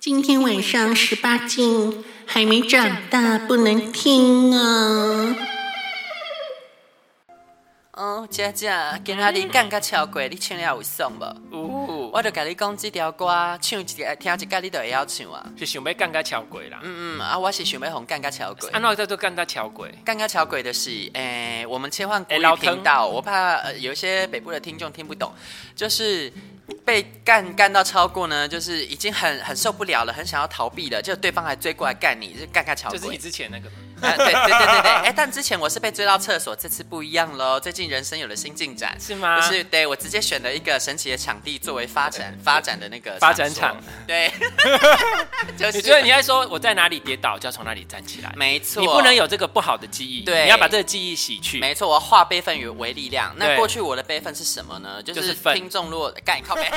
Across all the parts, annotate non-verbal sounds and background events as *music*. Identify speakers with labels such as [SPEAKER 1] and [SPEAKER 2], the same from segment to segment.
[SPEAKER 1] 今天晚上十八禁，还没长大不能听啊！
[SPEAKER 2] 哦，姐姐，今仔日感觉超过，你唱了有爽无？
[SPEAKER 3] 有，
[SPEAKER 2] 我就甲你讲，这条歌唱一个，听一个，你就会晓唱啊。
[SPEAKER 3] 是想要降到超过啦。
[SPEAKER 2] 嗯嗯，啊，我是想要红干甲超过。
[SPEAKER 3] 安怎叫做降到超过？
[SPEAKER 2] 刚刚巧鬼的是，诶、我们切换国
[SPEAKER 3] 诶
[SPEAKER 2] 语
[SPEAKER 3] 老
[SPEAKER 2] 频
[SPEAKER 3] 藤
[SPEAKER 2] 道，我怕、呃、有一些北部的听众听不懂，就是被干干到超过呢，就是已经很很受不了了，很想要逃避了，就对方还追过来干你，就干干巧
[SPEAKER 3] 就是
[SPEAKER 2] 鬼
[SPEAKER 3] 你。之前那个吗。
[SPEAKER 2] 啊对对对对对，哎、但之前我是被追到厕所，这次不一样喽，最近人生有了新进展，
[SPEAKER 3] 是吗
[SPEAKER 2] 就是对我直接选了一个神奇的场地作为发展发展的那个
[SPEAKER 3] 发展
[SPEAKER 2] 所
[SPEAKER 3] 场，
[SPEAKER 2] 对， *laughs* 就是
[SPEAKER 3] 你觉得你在说我在哪里跌倒，就要从哪里站起来？
[SPEAKER 2] 没错，
[SPEAKER 3] 你不能有这个不好的记忆，
[SPEAKER 2] 对
[SPEAKER 3] 你要把这个记忆洗去。
[SPEAKER 2] 没错，我要化悲愤与为力量。那
[SPEAKER 3] 嗯对
[SPEAKER 2] 过去我的悲愤是什么呢？就
[SPEAKER 3] 就是
[SPEAKER 2] 是
[SPEAKER 3] 愤
[SPEAKER 2] 听众如果干靠背，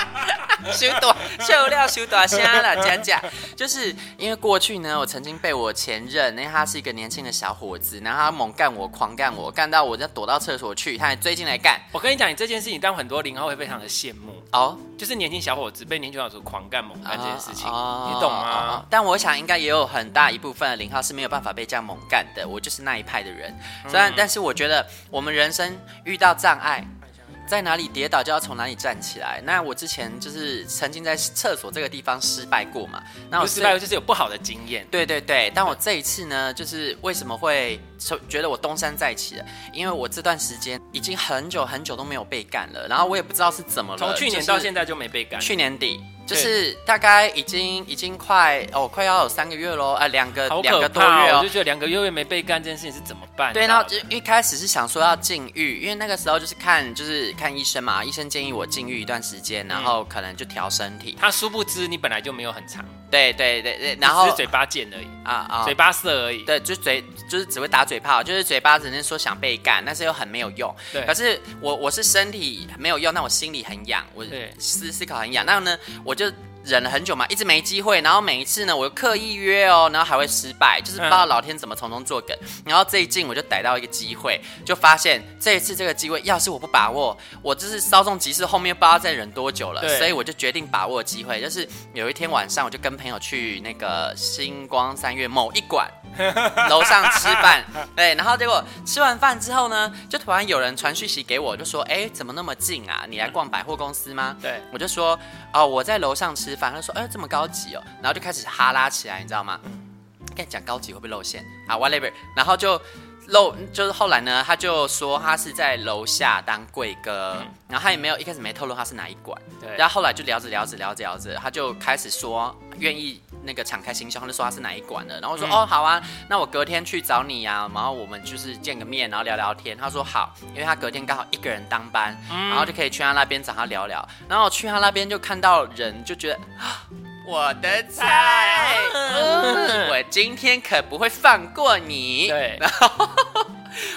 [SPEAKER 2] *laughs* 修短修料修短声
[SPEAKER 3] *laughs*
[SPEAKER 2] 啦，讲讲，就是因为过去呢，我曾经被我前任，因为他是一个年轻的小伙子，然后他猛干我，狂干我，干到我就躲到厕所去，他还追进来干。
[SPEAKER 3] 我跟你讲，你这件事情让很多零号会非常的羡慕，
[SPEAKER 2] 哦，
[SPEAKER 3] 就是年轻小伙子被年轻小伙子狂干猛干这件事情，
[SPEAKER 2] 哦
[SPEAKER 3] 你懂
[SPEAKER 2] 哦
[SPEAKER 3] 吗
[SPEAKER 2] 哦？但我想应该也有很大一部分的零号是没有办法被这样猛干的，我就是那一派的人。虽
[SPEAKER 3] 嗯
[SPEAKER 2] 然，但是我觉得我们人生遇到障碍。在哪里跌倒就要从哪里站起来。那我之前就是曾经在厕所这个地方失败过嘛，那
[SPEAKER 3] 不
[SPEAKER 2] 我
[SPEAKER 3] 是失
[SPEAKER 2] 这
[SPEAKER 3] 败就是有不好的经验，
[SPEAKER 2] 对对对，但我这一次呢，就是为什么会说觉得我东山再起了？因为我这段时间已经很久很久都没有被干了，然后我也不知道是怎么了，
[SPEAKER 3] 从去年
[SPEAKER 2] 就是
[SPEAKER 3] 到现在就没被干。
[SPEAKER 2] 去年底，就
[SPEAKER 3] 对
[SPEAKER 2] 是大概已经已经快哦，快要有三个月喽，呃，两个
[SPEAKER 3] 好
[SPEAKER 2] 两
[SPEAKER 3] 可
[SPEAKER 2] 个多
[SPEAKER 3] 怕
[SPEAKER 2] 月
[SPEAKER 3] 哦！我
[SPEAKER 2] 哦
[SPEAKER 3] 就。觉得两个月没被干这件事情是怎么办？
[SPEAKER 2] 对，然后
[SPEAKER 3] 你
[SPEAKER 2] 就
[SPEAKER 3] 知道吗
[SPEAKER 2] 一开始是想说要禁欲，因为那个时候就是看就是看医生嘛，医生建议我禁欲一段时间，然
[SPEAKER 3] 嗯
[SPEAKER 2] 后可能就调身体。
[SPEAKER 3] 他殊不知你本来就没有很长，
[SPEAKER 2] 对对对对，
[SPEAKER 3] 你
[SPEAKER 2] 然后
[SPEAKER 3] 只是嘴巴贱而已，
[SPEAKER 2] 啊啊，
[SPEAKER 3] 嘴巴涩而已。
[SPEAKER 2] 对，就嘴就是只会打嘴炮，就是嘴巴只能说想被干，但是又很没有用。
[SPEAKER 3] 对
[SPEAKER 2] 可是我我是身体没有用，那我心里很痒，我
[SPEAKER 3] 对
[SPEAKER 2] 思思考很痒，那呢我就。忍了很久嘛，一直没机会，然后每一次呢，我又刻意约哦，然后还会失败，就是不知
[SPEAKER 3] 嗯
[SPEAKER 2] 道老天怎么从中作梗。然后最近我就逮到一个机会，就发现这一次这个机会，要是我不把握，我就是稍纵即逝，后面不知道再忍多久了。
[SPEAKER 3] 对
[SPEAKER 2] 所以我就决定把握机会，就是有一天晚上，我就跟朋友去那个星光三月某一馆，楼上吃饭，对，然后结果吃完饭之后呢，就突然有人传讯息给我，就说：“哎，怎么那么近啊？你来逛百货公司吗？”
[SPEAKER 3] 对
[SPEAKER 2] 我就说：“哦，我在楼上吃饭。”他说：“哎，这么高级哦。”然后就开始哈拉起来，你知道吗？跟你讲高级会不会露馅啊？whatever，然后就露，就是后来呢，他就说他是在楼下当贵哥，然后他也没有一开始没透露他是哪一馆，
[SPEAKER 3] 对
[SPEAKER 2] 然后后来就聊着聊着聊着聊着，他就开始说愿意那个敞开心胸，他就说他是哪一馆的，然后我说、哦好啊，那我隔天去找你呀、然后我们就是见个面，然后聊聊天。他说好，因为他隔天刚好一个人当班，然后就可以去他那边找他聊聊，然后我去他那边就看到人，就觉得。啊我的菜，嗯我今天可不会放过你。
[SPEAKER 3] 对， *laughs*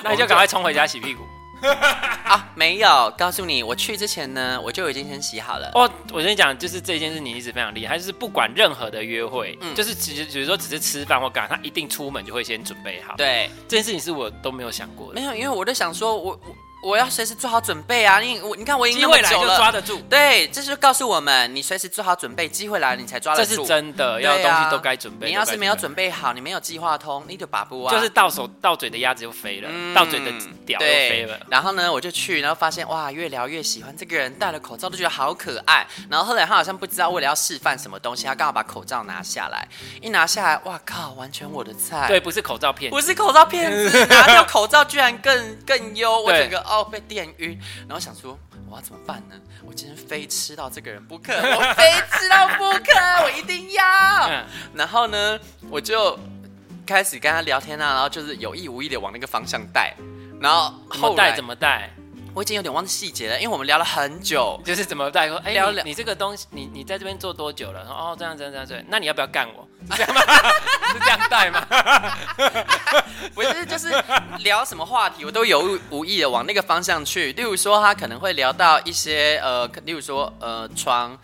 [SPEAKER 3] 那你就赶快冲回家洗屁
[SPEAKER 2] *laughs*
[SPEAKER 3] 股。
[SPEAKER 2] 啊，没有，告诉你，我去之前呢，我就已经先洗好了。
[SPEAKER 3] 哦，我跟你讲，就是这件事你一直非常厉害，就是不管任何的约会，
[SPEAKER 2] 嗯
[SPEAKER 3] 就是其实比如说只是吃饭或干嘛，他一定出门就会先准备好。，
[SPEAKER 2] 对，
[SPEAKER 3] 这件事情是我都没有想过的
[SPEAKER 2] 没。有，因为我就想说，我我我要随时做好准备啊。你我你看我已经
[SPEAKER 3] 机
[SPEAKER 2] 那么
[SPEAKER 3] 会来
[SPEAKER 2] 久
[SPEAKER 3] 就
[SPEAKER 2] 了，
[SPEAKER 3] 抓得住，
[SPEAKER 2] 对，这就告诉我们，你随时做好准备，机会来了你才抓
[SPEAKER 3] 这
[SPEAKER 2] 得
[SPEAKER 3] 是
[SPEAKER 2] 住。
[SPEAKER 3] 真的，
[SPEAKER 2] 对
[SPEAKER 3] 要东
[SPEAKER 2] 啊
[SPEAKER 3] 西都该准备。
[SPEAKER 2] 你要是没有
[SPEAKER 3] 备，
[SPEAKER 2] 准备好，你没有计划通，你就把不啊。
[SPEAKER 3] 就是到手到嘴的鸭子就飞了，
[SPEAKER 2] 嗯
[SPEAKER 3] 到嘴的屌又
[SPEAKER 2] 对
[SPEAKER 3] 飞了。
[SPEAKER 2] 然后呢，我就去，然后发现哇，越聊越喜欢这个人，戴了口罩都觉得好可爱。然后后来他好像不知道为了要示范什么东西，他刚好把口罩拿下来，一拿下来，哇靠，完全我的菜。
[SPEAKER 3] 对，，不是口罩片，
[SPEAKER 2] 不是口罩骗子，拿掉口罩居然更更优，我
[SPEAKER 3] 对
[SPEAKER 2] 整个哦被电晕，然后想说我要怎么办呢？我今天非吃到这个人不可，
[SPEAKER 3] *laughs*
[SPEAKER 2] 我非吃到不可，我一定要。
[SPEAKER 3] 嗯
[SPEAKER 2] 然后呢，我就开始跟他聊天啊，然后就是有意无意的往那个方向带，然后
[SPEAKER 3] 怎
[SPEAKER 2] 后
[SPEAKER 3] 么戴
[SPEAKER 2] 来
[SPEAKER 3] 怎么戴，
[SPEAKER 2] 我已经有点忘记细节了，因为我们聊了很久。
[SPEAKER 3] 就是怎么戴。说，哎，
[SPEAKER 2] 聊
[SPEAKER 3] 你
[SPEAKER 2] 聊
[SPEAKER 3] 你这个东西，你你在这边做多久了？说哦，这样这样这样这样，那你要不要干我？ *laughs* 是这样吗？是这样
[SPEAKER 2] *laughs*
[SPEAKER 3] 戴吗？
[SPEAKER 2] 不是，就是聊什么话题，我都有意无意的往那个方向去。例如说，他可能会聊到一些呃，例如说呃床，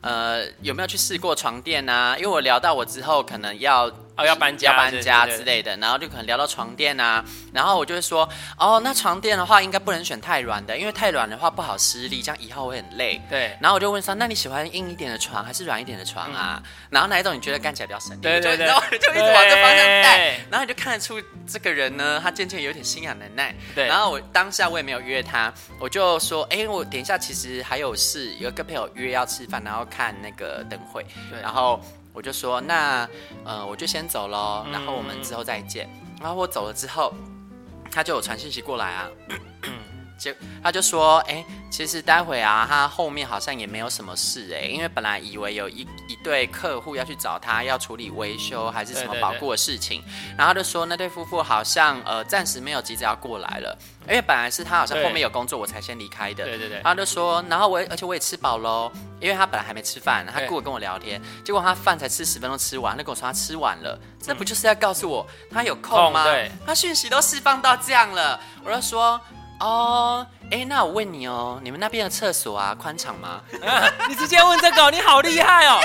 [SPEAKER 2] 呃有没有去试过床垫啊？因为我聊到我之后可能要
[SPEAKER 3] 哦要搬家
[SPEAKER 2] 要搬家
[SPEAKER 3] 是
[SPEAKER 2] 之类的，然后就可能聊到床垫啊，然后我就会说，哦，那床垫的话应该不能选太软的，因为太软的话不好施力，这样以后会很累。
[SPEAKER 3] 对
[SPEAKER 2] 然后我就问说，那你喜欢硬一点的床还是软一点的床啊？然后哪一种你觉得干起来比较省力？
[SPEAKER 3] 嗯对对对
[SPEAKER 2] 然后我就一直往这方向带
[SPEAKER 3] 对，
[SPEAKER 2] 然后你就看得出这个人呢，他渐渐有点心痒难耐。
[SPEAKER 3] 对
[SPEAKER 2] 然后我当下我也没有约他，我就说，哎，我等一下其实还有事，有跟朋友约要吃饭，然后看那个灯会，
[SPEAKER 3] 对
[SPEAKER 2] 然后我就说，那呃我就先走喽，
[SPEAKER 3] 嗯
[SPEAKER 2] 然后我们之后再见。然后我走了之后，他就有传讯息过来
[SPEAKER 3] *clears throat*
[SPEAKER 2] 啊，结他就说，哎、其实待会啊，他后面好像也没有什么事哎、因为本来以为有一一对客户要去找他，要处理维修还是什么
[SPEAKER 3] 对对对
[SPEAKER 2] 保固的事情，然后他就说那对夫妇好像呃暂时没有急着要过来了，因为本来是他好像
[SPEAKER 3] 对
[SPEAKER 2] 后面有工作我才先离开的，
[SPEAKER 3] 对对对
[SPEAKER 2] 然后就说，然后我也而且我也吃饱喽，因为他本来还没吃饭，他
[SPEAKER 3] 对
[SPEAKER 2] 顾着跟我聊天，
[SPEAKER 3] 嗯
[SPEAKER 2] 结果他饭才吃十分钟吃完，他跟我说他吃完了，这不就是要告诉我他有空
[SPEAKER 3] 嗯空
[SPEAKER 2] 吗？
[SPEAKER 3] 对
[SPEAKER 2] 他讯息都释放到这样了，我就说哦，哎，那我问你哦，你们那边的厕所啊宽敞
[SPEAKER 3] *laughs*
[SPEAKER 2] 吗？
[SPEAKER 3] 啊你直接问这个，你好厉害哦！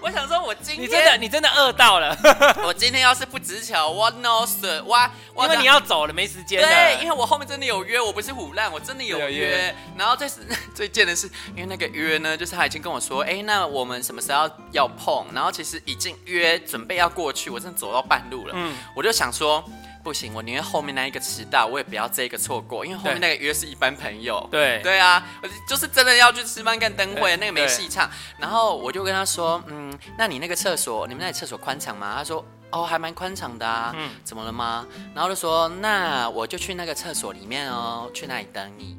[SPEAKER 2] 我想说，我 *laughs* 今
[SPEAKER 3] 你
[SPEAKER 2] 天
[SPEAKER 3] 真的，你真的饿到了，
[SPEAKER 2] 我今天要是不直球，我 no sir，我我
[SPEAKER 3] 因为你要走了，没时间了。
[SPEAKER 2] 对，因为我后面真的有约，我不是胡乱，我真的有约。
[SPEAKER 3] 有约
[SPEAKER 2] 然后最最贱的是， *laughs* 因为那个约呢，就是他已经跟我说，哎、那我们什么时候要要碰？然后其实已经约准备要过去，我真的走到半路了，
[SPEAKER 3] 嗯
[SPEAKER 2] 我就想说。不行，我宁愿后面那一个迟到，我也不要这个错过，因为后面那
[SPEAKER 3] 对
[SPEAKER 2] 个约是一般朋友。
[SPEAKER 3] 对
[SPEAKER 2] 对啊，我就就是真的要去吃饭看灯会，
[SPEAKER 3] 对
[SPEAKER 2] 那个没戏唱。然后我就跟他说，嗯，那你那个厕所，你们那里厕所宽敞吗？他说，哦，还蛮宽敞的啊。嗯
[SPEAKER 3] 嗯，
[SPEAKER 2] 怎么了吗？然后就说，那我就去那个厕所里面哦，去那里等你。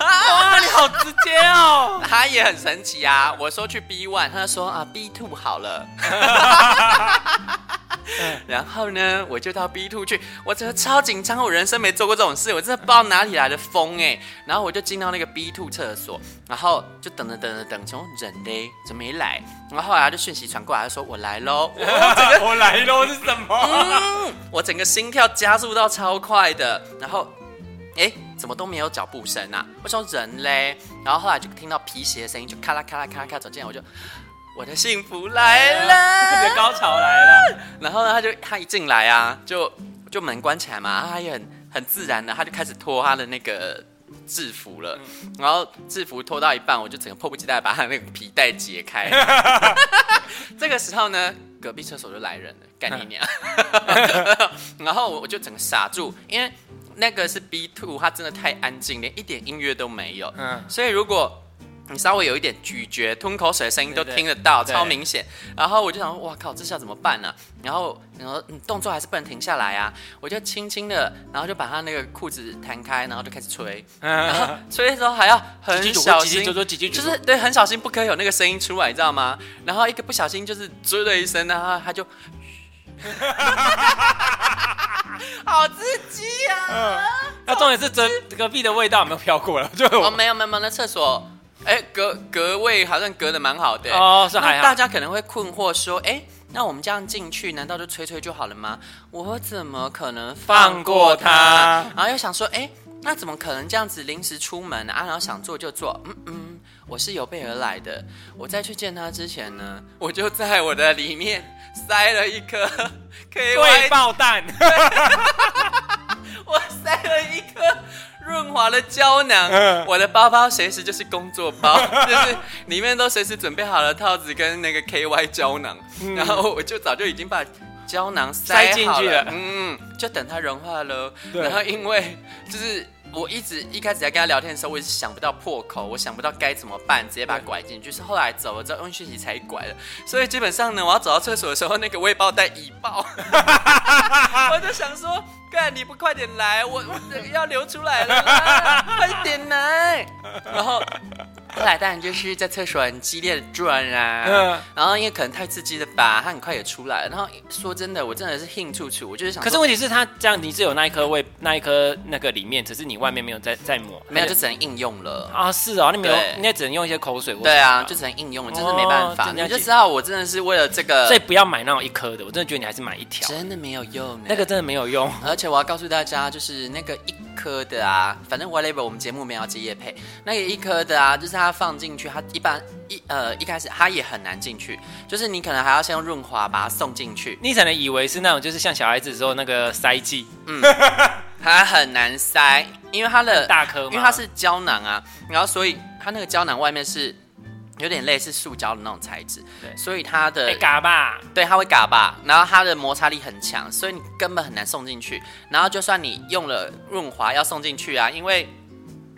[SPEAKER 3] 哇，啊你好直接哦！
[SPEAKER 2] *laughs* 他也很神奇啊，我说去 B one，他就说啊 B two 好了。然后呢，我就到 B two 去，我真的超紧张，我人生没做过这种事，我真的不知道哪里来的疯哎、然后我就进到那个 B two 厕所，然后就等着等着等，从人嘞怎么没来？然后后来他就讯息传过来，他说我来喽。
[SPEAKER 3] 我来喽是什么？
[SPEAKER 2] 嗯我整个心跳加速到超快的，然后，哎、怎么都没有脚步声啊？我说人嘞，然后后来就听到皮鞋的声音，就咔啦咔啦咔啦咔啦走进来，我就我的幸福来
[SPEAKER 3] 你
[SPEAKER 2] 了
[SPEAKER 3] 的。高潮来了，
[SPEAKER 2] 然后呢，他就他一进来啊，就就门关起来嘛，他也很很自然的，他就开始脱他的那个制服了，然后制服脱到一半，我就整个迫不及待地把他那个皮带解
[SPEAKER 3] *laughs*
[SPEAKER 2] 开。这个时候呢，隔壁厕所就来人了，干你
[SPEAKER 3] *laughs*
[SPEAKER 2] 娘！然后我我就整个傻住，因为那个是 B two，它真的太安静，连一点音乐都没有。 *laughs*
[SPEAKER 3] 嗯，
[SPEAKER 2] 所以如果你稍微有一点咀嚼、吞口水的声音都
[SPEAKER 3] 对对
[SPEAKER 2] 听得到，
[SPEAKER 3] 对
[SPEAKER 2] 超明显。然后我就想说，哇靠，这下怎么办呢、啊然后然后嗯，动作还是不能停下来啊，我就轻轻的，然后就把他那个裤子弹开，然后就开始吹，
[SPEAKER 3] 嗯
[SPEAKER 2] 然后吹的时候还要很小
[SPEAKER 3] 几
[SPEAKER 2] 心
[SPEAKER 3] 句。嗯说几句，
[SPEAKER 2] 就是对，很小心，不可以有那个声音出来，你知道吗？然后一个不小心就是追了一声，然后他就，好刺激啊！
[SPEAKER 3] 那重点是隔隔壁的味道有没有飘过了？ *laughs* 就
[SPEAKER 2] 哦，没有没有没有，那厕所，哎、隔隔位好像隔的蛮好的、
[SPEAKER 3] 哦是
[SPEAKER 2] 那
[SPEAKER 3] 还好
[SPEAKER 2] 大家可能会困惑说，哎、那我们这样进去，难道就吹吹就好了吗？我怎么可能放
[SPEAKER 3] 放
[SPEAKER 2] 过
[SPEAKER 3] 过
[SPEAKER 2] 他
[SPEAKER 3] 他？
[SPEAKER 2] 然后又想说，哎、那怎么可能这样子临时出门啊？然后想做就做，嗯嗯，我是有备而来的。我在去见他之前呢，我就在我的里面塞了一颗 *laughs* K
[SPEAKER 3] 对
[SPEAKER 2] Y
[SPEAKER 3] 爆弹，
[SPEAKER 2] 我塞了一颗润滑的胶囊，
[SPEAKER 3] 嗯
[SPEAKER 2] 我的包包随时就是工作包， *laughs* 就是里面都随时准备好了套子跟那个 KY 胶囊，然后我就早就已经把。胶囊塞
[SPEAKER 3] 嗯塞进
[SPEAKER 2] 好
[SPEAKER 3] 去
[SPEAKER 2] 了
[SPEAKER 3] 了，
[SPEAKER 2] 嗯，就等它融化喽。
[SPEAKER 3] 对
[SPEAKER 2] 然后因为就是我一直一开始在跟他聊天的时候，我一直想不到破口，我想不到该怎么办，直接把它拐进去。是后来走了之后用讯息才拐的，所以基本上呢，我要走到厕所的时候，那个微包带已爆。
[SPEAKER 3] *laughs*
[SPEAKER 2] 我就想说，干你不快点来，我我要流出来
[SPEAKER 3] *laughs*
[SPEAKER 2] 了啦，快点来。然后后来当然就是在厕所很激烈的转啊，
[SPEAKER 3] 嗯
[SPEAKER 2] 然后因为可能太刺激了吧，他很快也出来了。然后说真的，我真的是兴处处，我就是想
[SPEAKER 3] 可
[SPEAKER 2] 说，
[SPEAKER 3] 是问题是，它这样你只有那一颗味，那一颗那个里面，只是你外面没有在在抹，
[SPEAKER 2] 没有就只能应用了。
[SPEAKER 3] 啊是哦，你没有
[SPEAKER 2] 对，
[SPEAKER 3] 你也只能用一些口水或
[SPEAKER 2] 对啊，
[SPEAKER 3] 什么
[SPEAKER 2] 就
[SPEAKER 3] 的
[SPEAKER 2] 只能应用了，真是没办法。
[SPEAKER 3] 哦真的
[SPEAKER 2] 你
[SPEAKER 3] 要
[SPEAKER 2] 就
[SPEAKER 3] 记
[SPEAKER 2] 知道我真的是为了这个，
[SPEAKER 3] 所以不要买那种一颗的，我真的觉得你还是买一条，
[SPEAKER 2] 真的没有用、欸。
[SPEAKER 3] 那个真的没有用。
[SPEAKER 2] 而且我要告诉大家，就是那个一颗的啊，反正 whatever，我们节目没有要接叶配，那个一颗的啊，就是它放进去，它一般一呃一开始它也很难进去，就是你可能还要先用润滑把它送进去，
[SPEAKER 3] 你可能以为是那种就是像小孩子时候那个塞剂，
[SPEAKER 2] 它很难塞，因为它的
[SPEAKER 3] 大颗吗
[SPEAKER 2] 因为它是胶囊啊，然后所以它那个胶囊外面是有点类似塑胶的那种材质，
[SPEAKER 3] 对
[SPEAKER 2] 所以它的、
[SPEAKER 3] 哎嘎吧，
[SPEAKER 2] 对它会嘎巴，然后它的摩擦力很强，所以你根本很难送进去。然后就算你用了润滑要送进去啊，因为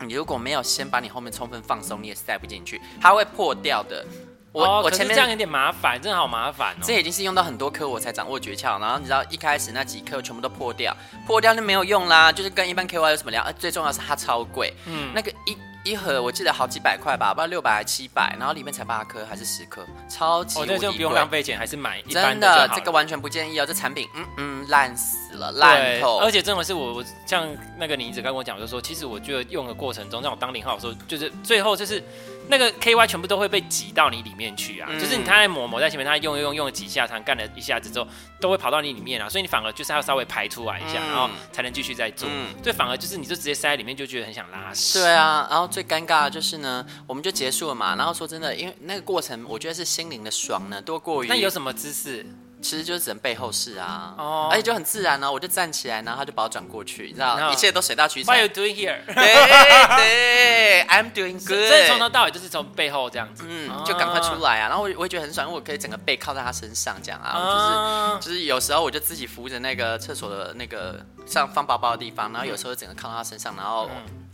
[SPEAKER 2] 你如果没有先把你后面充分放松，你也塞不进去，它会破掉的。我、
[SPEAKER 3] 哦
[SPEAKER 2] 我
[SPEAKER 3] 可是
[SPEAKER 2] 前面
[SPEAKER 3] 这样有点麻烦，真的好麻烦哦。
[SPEAKER 2] 这已经是用到很多颗我才掌握诀窍，然后你知道一开始那几颗全部都破掉，破掉就没有用啦，就是跟一般 KY 有什么两样？呃最重要是它超贵，嗯，那个一一盒我记得好几百块吧，不知道六百还七百，然后里面才八颗还是十颗，超级无
[SPEAKER 3] 我
[SPEAKER 2] 敌
[SPEAKER 3] 哦那就不用
[SPEAKER 2] 贵
[SPEAKER 3] 浪费钱，还是买一般
[SPEAKER 2] 真
[SPEAKER 3] 就好
[SPEAKER 2] 的
[SPEAKER 3] 了
[SPEAKER 2] 这个完全不建议哦，这产品嗯嗯烂死了，烂
[SPEAKER 3] 对
[SPEAKER 2] 透，
[SPEAKER 3] 而且真的是我，我像那个你一直跟我讲，我就说，其实我觉得用的过程中，让我当零号的时候，就是最后就是那个 KY 全部都会被挤到你里面去啊。
[SPEAKER 2] 嗯
[SPEAKER 3] 就是你它在抹抹在前面，它用用用了几下，它干了一下子之后，都会跑到你里面啊。所以你反而就是要稍微排出来一下，
[SPEAKER 2] 嗯
[SPEAKER 3] 然后才能继续再做。
[SPEAKER 2] 嗯
[SPEAKER 3] 对，反而就是你就直接塞在里面，就觉得很想拉屎。
[SPEAKER 2] 对啊，然后最尴尬的就是呢，我们就结束了嘛。然后说真的，因为那个过程，我觉得是心灵的爽呢，多过于
[SPEAKER 3] 那有什么姿势？
[SPEAKER 2] 其实就是只能背后事啊，
[SPEAKER 3] 哦
[SPEAKER 2] 而且就很自然呢、啊我就站起来，然后他就把我转过去，你知
[SPEAKER 3] 然
[SPEAKER 2] 道，
[SPEAKER 3] 后
[SPEAKER 2] 一切都水到渠成
[SPEAKER 3] Why。you
[SPEAKER 2] *laughs*
[SPEAKER 3] doing here？
[SPEAKER 2] 对对，I'm doing
[SPEAKER 3] *laughs* 所以从
[SPEAKER 2] good。
[SPEAKER 3] 头到尾就是从背后这样子，
[SPEAKER 2] 嗯，就赶快出来啊！然后我我也觉得很爽，因为我可以整个背靠在他身上这样啊，
[SPEAKER 3] 啊
[SPEAKER 2] 就是就是有时候我就自己扶着那个厕所的那个像放包包的地方，然后有时
[SPEAKER 3] 嗯
[SPEAKER 2] 候整个靠到他身上，然后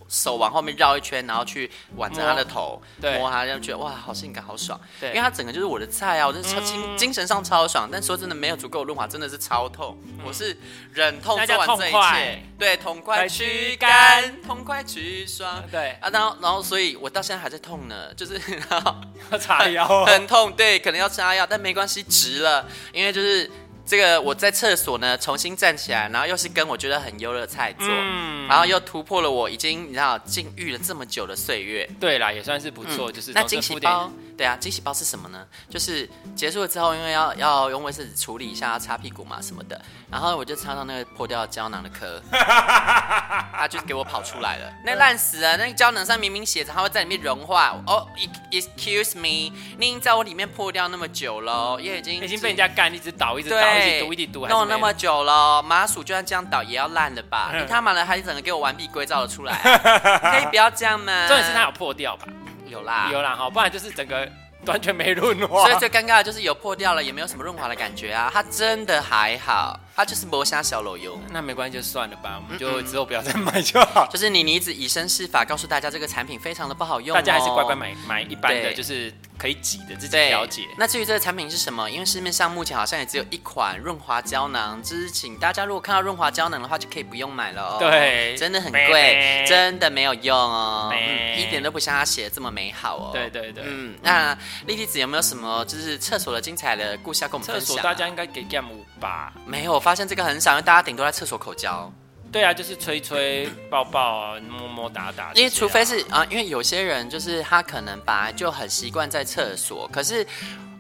[SPEAKER 2] 手往后面绕一圈，然后去挽着他的头，
[SPEAKER 3] 对
[SPEAKER 2] 摸他，就觉得哇，好性感，好爽。
[SPEAKER 3] 对嗯
[SPEAKER 2] 因为他整个就是我的菜啊，我真的超精、精神上超爽，但说真的没有足够的润滑，真的是超痛，我是忍痛
[SPEAKER 3] 嗯那
[SPEAKER 2] 做
[SPEAKER 3] 叫
[SPEAKER 2] 完这一
[SPEAKER 3] 痛
[SPEAKER 2] 切
[SPEAKER 3] 快，
[SPEAKER 2] 对，痛快
[SPEAKER 3] 快
[SPEAKER 2] 驱
[SPEAKER 3] 驱
[SPEAKER 2] 赶，痛快驱霜。
[SPEAKER 3] 对， *laughs*
[SPEAKER 2] 啊，然后，然后，所以我到现在还在痛呢，就是 *laughs* 然后
[SPEAKER 3] 叉腰啊，
[SPEAKER 2] 很痛，对，可能要擦药，但没关系，值了，因为就是这个我在厕所呢重新站起来，然后又是跟我觉得很优的菜做，
[SPEAKER 3] 嗯
[SPEAKER 2] 然后又突破了我已经你知道禁欲了这么久的岁月。
[SPEAKER 3] 对啦，也算是不错，就是
[SPEAKER 2] 嗯那
[SPEAKER 3] 总是
[SPEAKER 2] 惊喜
[SPEAKER 3] 敷点
[SPEAKER 2] 包，对啊，惊喜包是什么呢？就是结束了之后，因为要要用卫生纸处理一下擦屁股嘛什么的，然后我就擦到那个破掉的胶囊的 *laughs* 壳，它就给我跑出来了，嗯那烂死了，那个胶囊上明明写着它会在里面融化，哦、e x c u s e me，你已经在我里面破掉那么久了，也已经
[SPEAKER 3] 已经被人家干，一直倒，一直倒，一
[SPEAKER 2] 对
[SPEAKER 3] 直毒，一直毒，还是
[SPEAKER 2] 弄
[SPEAKER 3] 没
[SPEAKER 2] 那么
[SPEAKER 3] 了嗯
[SPEAKER 2] 久了，麻薯就算这样倒也要烂了吧？你他妈的还整个给我完璧归赵的
[SPEAKER 3] *laughs*
[SPEAKER 2] 出来、可以不要这样吗？
[SPEAKER 3] 重点是它有破掉吧？
[SPEAKER 2] 有啦，
[SPEAKER 3] 有啦，哈，不然就是整个完全没润滑。
[SPEAKER 2] 啊所以最尴尬的就是油破掉了，也没有什么润滑的感觉啊。它真的还好，它就是磨砂小裸油。
[SPEAKER 3] 那没关系，就算了
[SPEAKER 2] 嗯
[SPEAKER 3] 吧，我们就之后不要再买就好。
[SPEAKER 2] 就是你妮子以身试法，告诉大家这个产品非常的不好用、哦，哦
[SPEAKER 3] 大家还是乖乖。买买一般的，
[SPEAKER 2] 对
[SPEAKER 3] 就是可以挤的，自己
[SPEAKER 2] 对，
[SPEAKER 3] 了解。
[SPEAKER 2] 那至于这个产品是什么，因为市面上目前好像也只有一款润滑胶囊，就是请大家如果看到润滑胶囊的话，就可以不用买了哦。
[SPEAKER 3] 对
[SPEAKER 2] 真的很
[SPEAKER 3] 没
[SPEAKER 2] 贵，真的没有用哦，
[SPEAKER 3] 没
[SPEAKER 2] 嗯一点都不像它写的这么美好哦。
[SPEAKER 3] 对对对，
[SPEAKER 2] 嗯，那莉莉子有没有什么就是厕所的精彩的故事要跟我们
[SPEAKER 3] 厕
[SPEAKER 2] 分享
[SPEAKER 3] 所
[SPEAKER 2] 啊、
[SPEAKER 3] 大家应该给 gam 五吧？
[SPEAKER 2] 没有，我发现这个很少，因为大家顶多在厕所口交，
[SPEAKER 3] 对啊，就是吹吹、抱抱啊，摸摸打打这些啊。
[SPEAKER 2] 因为除非是啊、因为有些人就是他可能本来就很习惯在厕所，可是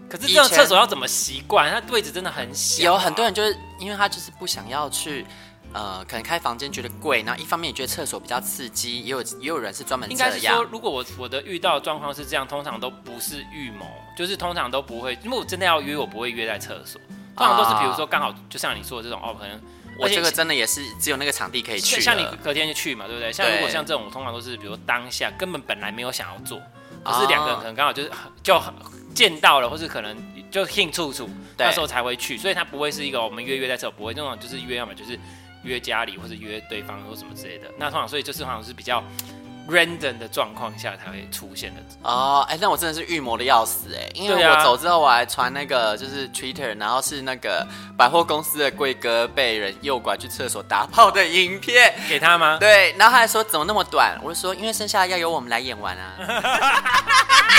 [SPEAKER 3] 可是
[SPEAKER 2] 以
[SPEAKER 3] 这种
[SPEAKER 2] 前
[SPEAKER 3] 厕所要怎么习惯？它位置真的很小啊，
[SPEAKER 2] 有很多人就是因为他就是不想要去。呃，可能开房间觉得贵，然后一方面也觉得厕所比较刺激，也有也有人是专门
[SPEAKER 3] 应该
[SPEAKER 2] 这
[SPEAKER 3] 是说，
[SPEAKER 2] 样。
[SPEAKER 3] 如果我我的遇到的状况是这样，通常都不是预谋，就是通常都不会，因为我真的要约，我不会约在厕所，通常都是
[SPEAKER 2] 啊
[SPEAKER 3] 比如说刚好就像你说的这种哦，可能
[SPEAKER 2] 我这个
[SPEAKER 3] 而且
[SPEAKER 2] 真的也是只有那个场地可以去
[SPEAKER 3] 像
[SPEAKER 2] 了。
[SPEAKER 3] 像你隔天就去嘛，对不对？像如果
[SPEAKER 2] 对
[SPEAKER 3] 像这种，我通常都是比如当下根本本来没有想要做，可
[SPEAKER 2] 啊
[SPEAKER 3] 是两个人可能刚好就是就见到了，或是可能就兴处处，
[SPEAKER 2] 对
[SPEAKER 3] 那时候才会去，所以它不会是一个我们约约在厕所，不会那种就是约要么就是约家里或者约对方或什么之类的。那通常所以就是好像是比较 random 的状况下才会出现的
[SPEAKER 2] 哦，哎、那我真的是预谋的要死哎、因为
[SPEAKER 3] 对啊
[SPEAKER 2] 我走之后我还传那个就是 Twitter，然后是那个百货公司的贵哥被人诱拐去厕所打炮的影片，
[SPEAKER 3] 给他
[SPEAKER 2] *laughs*
[SPEAKER 3] 吗？
[SPEAKER 2] 对，然后他还说怎么那么短，我就说因为剩下要由我们来演完
[SPEAKER 3] *laughs*
[SPEAKER 2] 啊。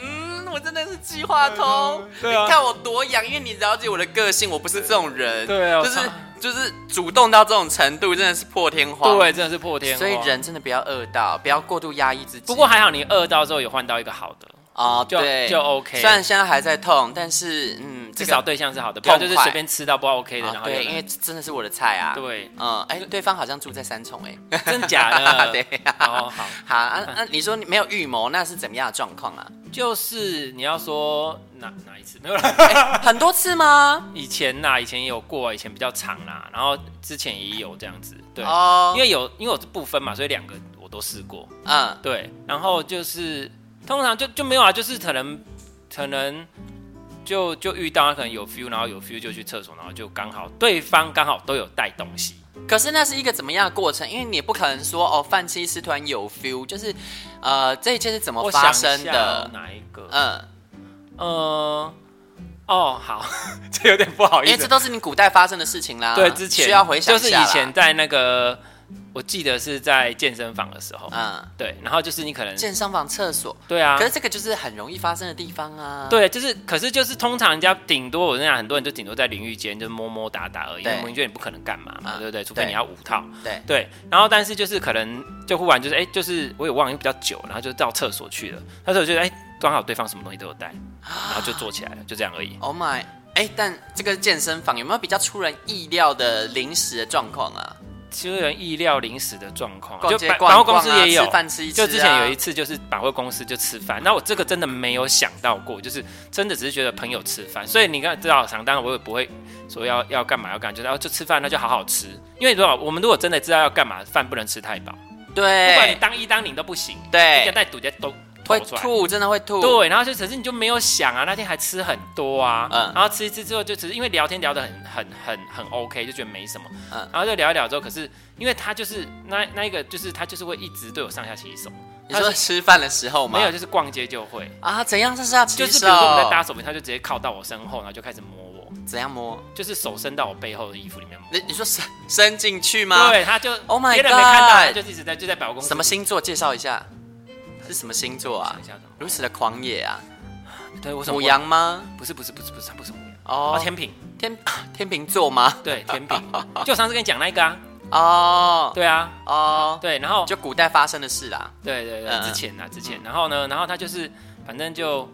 [SPEAKER 2] 嗯，我真的是计划通，
[SPEAKER 3] *laughs* 对啊
[SPEAKER 2] 你看我多洋，因为你了解我的个性，我不是这种人，
[SPEAKER 3] 对啊我
[SPEAKER 2] 就是
[SPEAKER 3] 操
[SPEAKER 2] 就是主动到这种程度，真的是破天荒，
[SPEAKER 3] 对，真的是破天荒。
[SPEAKER 2] 所以人真的不要饿到，不要过度压抑自己。
[SPEAKER 3] 不过还好，你饿到之后有换到一个好的，
[SPEAKER 2] 哦，
[SPEAKER 3] 就
[SPEAKER 2] 对，
[SPEAKER 3] 就 OK
[SPEAKER 2] 虽然现在还在痛，但是嗯，这
[SPEAKER 3] 至
[SPEAKER 2] 个
[SPEAKER 3] 少对象是好的，不要
[SPEAKER 2] 痛
[SPEAKER 3] 就是
[SPEAKER 2] 快
[SPEAKER 3] 随便吃到不 OK 的，
[SPEAKER 2] 啊
[SPEAKER 3] 然后
[SPEAKER 2] 对，
[SPEAKER 3] 就
[SPEAKER 2] 因为真的是我的菜啊。，
[SPEAKER 3] 对，
[SPEAKER 2] 嗯，哎，对方好像住在三重，哎，
[SPEAKER 3] 真假的，
[SPEAKER 2] *laughs* 对
[SPEAKER 3] 哦好，
[SPEAKER 2] 好啊，那你说你没有预谋，那是怎么样的状况啊？
[SPEAKER 3] 就是你要说哪哪一次没有
[SPEAKER 2] *laughs*
[SPEAKER 3] 啦，
[SPEAKER 2] 很多次吗？
[SPEAKER 3] 以前啦，以前也有过，以前比较长啦，然后之前也有这样子，对，
[SPEAKER 2] 哦
[SPEAKER 3] 因，为有因为我是不分嘛，所以两个我都试过，
[SPEAKER 2] 嗯，
[SPEAKER 3] 对，然后就是通常就就没有啊，就是可能可能就就遇到他可能有 feel，然后有 feel 就去厕所，然后就刚好对方刚好都有带东西，
[SPEAKER 2] 可是那是一个怎么样的过程？因为你也不可能说哦，饭吃一吃突然有 feel，就是呃，这一切是怎么
[SPEAKER 3] 我
[SPEAKER 2] 发
[SPEAKER 3] 想
[SPEAKER 2] 生
[SPEAKER 3] 一下哦
[SPEAKER 2] 的？
[SPEAKER 3] 哪一个？
[SPEAKER 2] 嗯，
[SPEAKER 3] 呃，哦，好， *laughs* 这有点不好意
[SPEAKER 2] 因为
[SPEAKER 3] 思
[SPEAKER 2] 这。都是你古代发生的事情啦。
[SPEAKER 3] 对，之前
[SPEAKER 2] 啊需要回想一
[SPEAKER 3] 就是
[SPEAKER 2] 下啦
[SPEAKER 3] 以前，在那个，我记得是在健身房的时候，
[SPEAKER 2] 嗯，
[SPEAKER 3] 对，然后就是你可能
[SPEAKER 2] 健身房厕所，
[SPEAKER 3] 对啊
[SPEAKER 2] 可，是这个就是很容易发生的地方啊。，
[SPEAKER 3] 对，就是可是就是通常人家顶多我跟你讲，很多人就顶多在淋浴间就摸摸打打而已，因
[SPEAKER 2] 对
[SPEAKER 3] 为淋浴间你不可能干嘛嘛，
[SPEAKER 2] 嗯
[SPEAKER 3] 对不对？除非
[SPEAKER 2] 对
[SPEAKER 3] 你要五套，
[SPEAKER 2] 对
[SPEAKER 3] 对，然后但是就是可能就忽然就是哎、就是我也忘了，因为比较久，然后就到厕所去了，那时候就哎刚好对方什么东西都有带，然后就坐起来了，就这样而已。
[SPEAKER 2] ，Oh my，哎、但这个健身房有没有比较出人意料的临时的状况啊？
[SPEAKER 3] 其实有人意料临时的状况，
[SPEAKER 2] 逛
[SPEAKER 3] 就
[SPEAKER 2] 街
[SPEAKER 3] 百
[SPEAKER 2] 逛
[SPEAKER 3] 百货
[SPEAKER 2] 一逛
[SPEAKER 3] 公司
[SPEAKER 2] 啊
[SPEAKER 3] 也有
[SPEAKER 2] 吃，饭吃一吃啊
[SPEAKER 3] 就之前有一次就是百货公司就吃饭，那我这个真的没有想到过，就是真的只是觉得朋友吃饭，所以你刚知道常当然我也不会说要要干嘛要干嘛，就是哦就吃饭那就好好吃，因为如果我们如果真的知道要干嘛，饭不能吃太饱，不管你
[SPEAKER 2] 对
[SPEAKER 3] 当一当零都不行，一个
[SPEAKER 2] 对，
[SPEAKER 3] 带堵在都
[SPEAKER 2] 会
[SPEAKER 3] 吐出来。
[SPEAKER 2] 吐，真的会吐。
[SPEAKER 3] 对，然后就只是你就没有想啊，那天还吃很多啊，
[SPEAKER 2] 嗯
[SPEAKER 3] 然后吃一吃之后就只是因为聊天聊得很很很很 OK，就觉得没什么，
[SPEAKER 2] 嗯
[SPEAKER 3] 然后就聊一聊之后，可是因为他就是那那一个就是他就是会一直对我上下其手，
[SPEAKER 2] 你说吃饭的时候吗？哦
[SPEAKER 3] 没有就是逛街就会，
[SPEAKER 2] 啊？怎样？这是要
[SPEAKER 3] 就
[SPEAKER 2] 洗
[SPEAKER 3] 是
[SPEAKER 2] 手？
[SPEAKER 3] 比如说我们在搭手边，他就直接靠到我身后，然后就开始摸我，
[SPEAKER 2] 怎样摸？
[SPEAKER 3] 就是手伸到我背后的衣服里面摸
[SPEAKER 2] 你，你说伸伸进去吗？，
[SPEAKER 3] 对，他就
[SPEAKER 2] Oh my
[SPEAKER 3] 别人没看到，
[SPEAKER 2] God
[SPEAKER 3] 他就是一直在就在百货公司
[SPEAKER 2] 什么星座？介绍一下，是什么星座啊
[SPEAKER 3] 想一？下怎么
[SPEAKER 2] 如此的狂野啊！
[SPEAKER 3] 对，我什么
[SPEAKER 2] 母羊吗？
[SPEAKER 3] 不是不是不是不是他不是母羊，
[SPEAKER 2] 哦
[SPEAKER 3] 哦，天平
[SPEAKER 2] 天天秤座吗？
[SPEAKER 3] 对
[SPEAKER 2] *laughs*
[SPEAKER 3] 天平，就我上次跟你讲那个啊，
[SPEAKER 2] 哦
[SPEAKER 3] 对啊
[SPEAKER 2] 哦，
[SPEAKER 3] 对，然后
[SPEAKER 2] 就古代发生的事啦。
[SPEAKER 3] 对对对，
[SPEAKER 2] 嗯
[SPEAKER 3] 之前啊，之前，然后呢，然后他就是反正就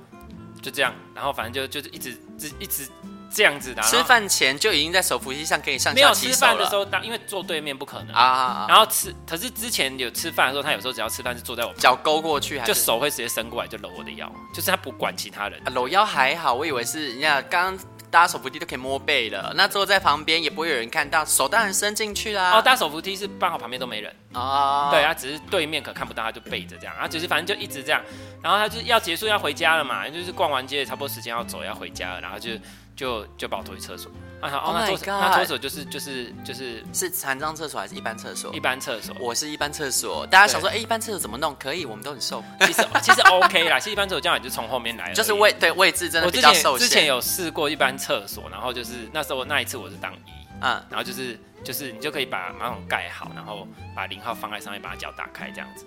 [SPEAKER 3] 就这样，然后反正就就是一直一直这样子的，然后
[SPEAKER 2] 吃饭前就已经在手扶梯上给你上
[SPEAKER 3] 没有
[SPEAKER 2] 下洗
[SPEAKER 3] 吃
[SPEAKER 2] 手
[SPEAKER 3] 饭的时
[SPEAKER 2] 了
[SPEAKER 3] 候，当因为坐对面不可能
[SPEAKER 2] 啊啊，啊
[SPEAKER 3] 然后吃，可是之前有吃饭的时候，他有时候只要吃饭是坐在我旁
[SPEAKER 2] 脚勾过去还？
[SPEAKER 3] 边，就是手会直接伸过来就搂我的腰，就是他不管其他人
[SPEAKER 2] 啊，搂腰还好，我以为是人家刚刚搭手扶梯都可以摸背了，那坐在旁边也不会有人看到，手当然伸进去啦。
[SPEAKER 3] 哦，搭手扶梯是刚好旁边都没人，
[SPEAKER 2] 啊哦，
[SPEAKER 3] 对，他啊只是对面可看不到，他就背着这样，他只是反正就一直这样，然后他就是要结束要回家了嘛，就是逛完街差不多时间要走要回家了，然后就就就把我拖去厕所，啊好，哦
[SPEAKER 2] Oh
[SPEAKER 3] 那
[SPEAKER 2] my
[SPEAKER 3] 厕所
[SPEAKER 2] God
[SPEAKER 3] 那厕所就是就是就是
[SPEAKER 2] 是残障厕所还是一般厕所
[SPEAKER 3] 一？般厕所，
[SPEAKER 2] 我是一般厕所，大家想说，哎、一般厕所怎么弄？可以，我们都很瘦，
[SPEAKER 3] 其实其实 OK 啦，其实一般厕所这样也就从后面来而已，
[SPEAKER 2] 就是位对位置真的
[SPEAKER 3] 我
[SPEAKER 2] 比
[SPEAKER 3] 之
[SPEAKER 2] 较
[SPEAKER 3] 前
[SPEAKER 2] 受
[SPEAKER 3] 之前
[SPEAKER 2] 限。
[SPEAKER 3] 有试过一般厕所，然后就是那时候那一次我是当一。
[SPEAKER 2] 嗯，
[SPEAKER 3] 然后就是就是你就可以把马桶盖好，然后把零号放在上面，把脚打开这样子。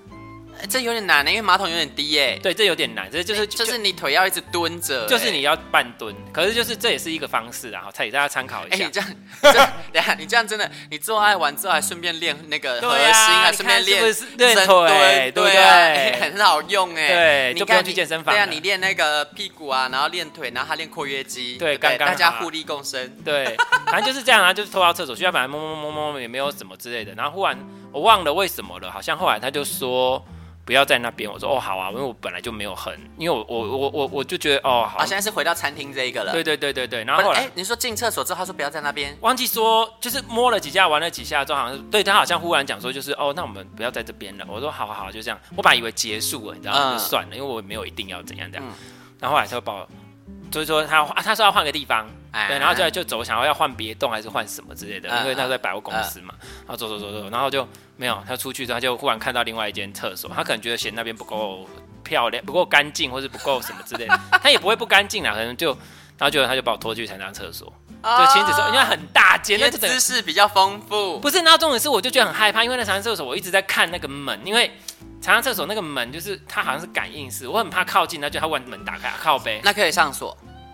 [SPEAKER 2] 哎这有点难呢、因为马桶有点低耶、
[SPEAKER 3] 对，这有点难，这就是
[SPEAKER 2] 哎就是你腿要一直蹲着、
[SPEAKER 3] 就就是你要半蹲，可是就是这也是一个方式啊，好，才给大家参考一
[SPEAKER 2] 哎、
[SPEAKER 3] 下。
[SPEAKER 2] 你这样， *laughs* 这等一下你这样真的，你做爱完之后还顺便练那个核
[SPEAKER 3] 对
[SPEAKER 2] 心，
[SPEAKER 3] 啊
[SPEAKER 2] 还
[SPEAKER 3] 你
[SPEAKER 2] 顺便
[SPEAKER 3] 看是
[SPEAKER 2] 练
[SPEAKER 3] 不是练
[SPEAKER 2] 深蹲
[SPEAKER 3] 腿对不
[SPEAKER 2] 对啊
[SPEAKER 3] 对
[SPEAKER 2] 哎 *laughs* 很好用哎、
[SPEAKER 3] 对
[SPEAKER 2] 你
[SPEAKER 3] 就不
[SPEAKER 2] 看
[SPEAKER 3] 用去
[SPEAKER 2] 你
[SPEAKER 3] 健身房
[SPEAKER 2] 对啊，
[SPEAKER 3] 了
[SPEAKER 2] 你练那个屁股啊，然后练腿，然后他练括约肌，对
[SPEAKER 3] 对
[SPEAKER 2] 不对，
[SPEAKER 3] 刚刚
[SPEAKER 2] 大家
[SPEAKER 3] 好啊
[SPEAKER 2] 互利共生。
[SPEAKER 3] 对，反正就是这样啊，就是拖到厕所去，他本来摸摸摸摸摸也没有什么之类的，然后忽然我忘了为什么了，好像后来他就说不要在那边，我说哦好啊，因为我本来就没有很，因为我我我我我就觉得哦好
[SPEAKER 2] 啊，，现在是回到餐厅这一个了。
[SPEAKER 3] 对对对对对，然
[SPEAKER 2] 不
[SPEAKER 3] 后
[SPEAKER 2] 是，
[SPEAKER 3] 后
[SPEAKER 2] 哎、
[SPEAKER 3] 来。
[SPEAKER 2] 你说进厕所之后，他说不要在那边，
[SPEAKER 3] 忘记说，就是摸了几下，玩了几下之后，好像是对他好像忽然讲说，就是哦，那我们不要在这边了。我说好好好，就这样。我本来以为结束了，你知道吗？
[SPEAKER 2] 嗯
[SPEAKER 3] 就算了，因为我也没有一定要怎样怎样。
[SPEAKER 2] 嗯
[SPEAKER 3] 然后后来他就把我，就是说他、啊、他说要换个地方，
[SPEAKER 2] 哎
[SPEAKER 3] 对，然后就就走，想要要换别栋还是换什么之类的，
[SPEAKER 2] 嗯
[SPEAKER 3] 因为那时候在百货公司嘛。然后走走走走，然后就没有他出去之后，他就忽然看到另外一间厕所，他可能觉得嫌那边不够漂亮、不够干净，或是不够什么之类的。他也不会不干净啦，可能就。然后就他就把我拖去参加厕所，就亲子说，因为很大间，
[SPEAKER 2] 哦因为
[SPEAKER 3] 那就整
[SPEAKER 2] 姿
[SPEAKER 3] 个
[SPEAKER 2] 势比较丰富。
[SPEAKER 3] 不是，然后重点是我就觉得很害怕，因为那长安厕所我一直在看那个门，因为长安厕所那个门就是它好像是感应式，我很怕靠近，它就它忽然门打开，啊靠背，
[SPEAKER 2] 那可以上锁，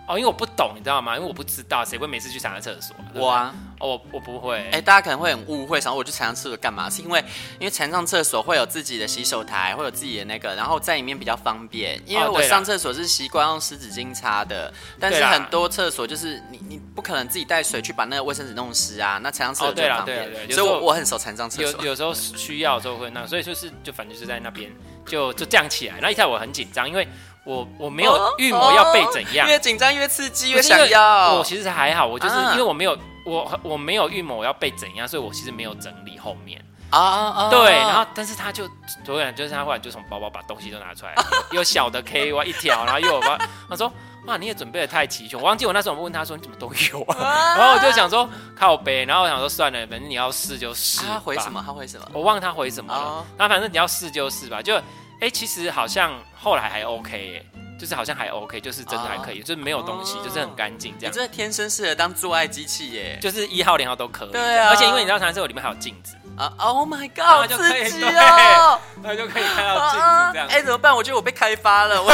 [SPEAKER 3] 哦，因为我不懂，你知道吗？因为我不知道，谁会每次去上个厕所？对不对
[SPEAKER 2] 我啊，
[SPEAKER 3] 哦，我我不会。
[SPEAKER 2] 哎、大家可能会很误会，想说我去残障厕所干嘛？是因为因为残障厕所会有自己的洗手台，会有自己的那个，然后在里面比较方便。因为
[SPEAKER 3] 哦
[SPEAKER 2] 我
[SPEAKER 3] 对啦
[SPEAKER 2] 上厕所是习惯用湿纸巾擦的，但是
[SPEAKER 3] 对啦
[SPEAKER 2] 很多厕所就是你你不可能自己带水去把那个卫生纸弄湿啊。那残障厕所
[SPEAKER 3] 哦
[SPEAKER 2] 就
[SPEAKER 3] 对
[SPEAKER 2] 很
[SPEAKER 3] 啦
[SPEAKER 2] 方便，
[SPEAKER 3] 对啦对啦
[SPEAKER 2] 所以
[SPEAKER 3] 有时
[SPEAKER 2] 我
[SPEAKER 3] 候
[SPEAKER 2] 我很熟残障厕
[SPEAKER 3] 有
[SPEAKER 2] 所。
[SPEAKER 3] 有时候需要的时候会那，所以就是就反正就是在那边就就这样起来。那一下我很紧张，因为我我没有预谋要被怎样，
[SPEAKER 2] 哦越紧张越刺激，越
[SPEAKER 3] 不是因
[SPEAKER 2] 想
[SPEAKER 3] 为
[SPEAKER 2] 要。
[SPEAKER 3] 我其实还好，我就是
[SPEAKER 2] 啊
[SPEAKER 3] 因为我没有我我没有预谋要被怎样，所以我其实没有整理后面。
[SPEAKER 2] 啊啊啊！
[SPEAKER 3] 对，然后但是他就突然就是他忽然就从包包把东西都拿
[SPEAKER 2] *laughs*
[SPEAKER 3] 出来，有有小的 KY 一条，然后又有包，他说哇你也准备的太齐全，我忘记我那时候我问他说你怎么都有啊，然后我就想说靠背，然后我想说算了，反正你要试就试，
[SPEAKER 2] 啊他回什？么？他回什么？
[SPEAKER 3] 我忘他回什么
[SPEAKER 2] 哦
[SPEAKER 3] 了，那、反正你要试就试吧，就哎、其实好像后来还 OK 耶、就是好像还 OK，就是真的还可以，就是没有东西，
[SPEAKER 2] 哦
[SPEAKER 3] 就是很干净这
[SPEAKER 2] 你
[SPEAKER 3] 样。
[SPEAKER 2] 真的天生适合当做爱机器耶！
[SPEAKER 3] 就是一号、零号都可以，
[SPEAKER 2] 对啊
[SPEAKER 3] 而且因为你知道，男厕所里面还有镜
[SPEAKER 2] *laughs*
[SPEAKER 3] 子，
[SPEAKER 2] 啊，Oh my God，
[SPEAKER 3] 那
[SPEAKER 2] 好
[SPEAKER 3] 就可以
[SPEAKER 2] 刺激哦！
[SPEAKER 3] 那就可以看到
[SPEAKER 2] 啊
[SPEAKER 3] 镜子
[SPEAKER 2] 啊 *laughs*
[SPEAKER 3] 这样。
[SPEAKER 2] 哎，怎么办？我觉得我被开发了，我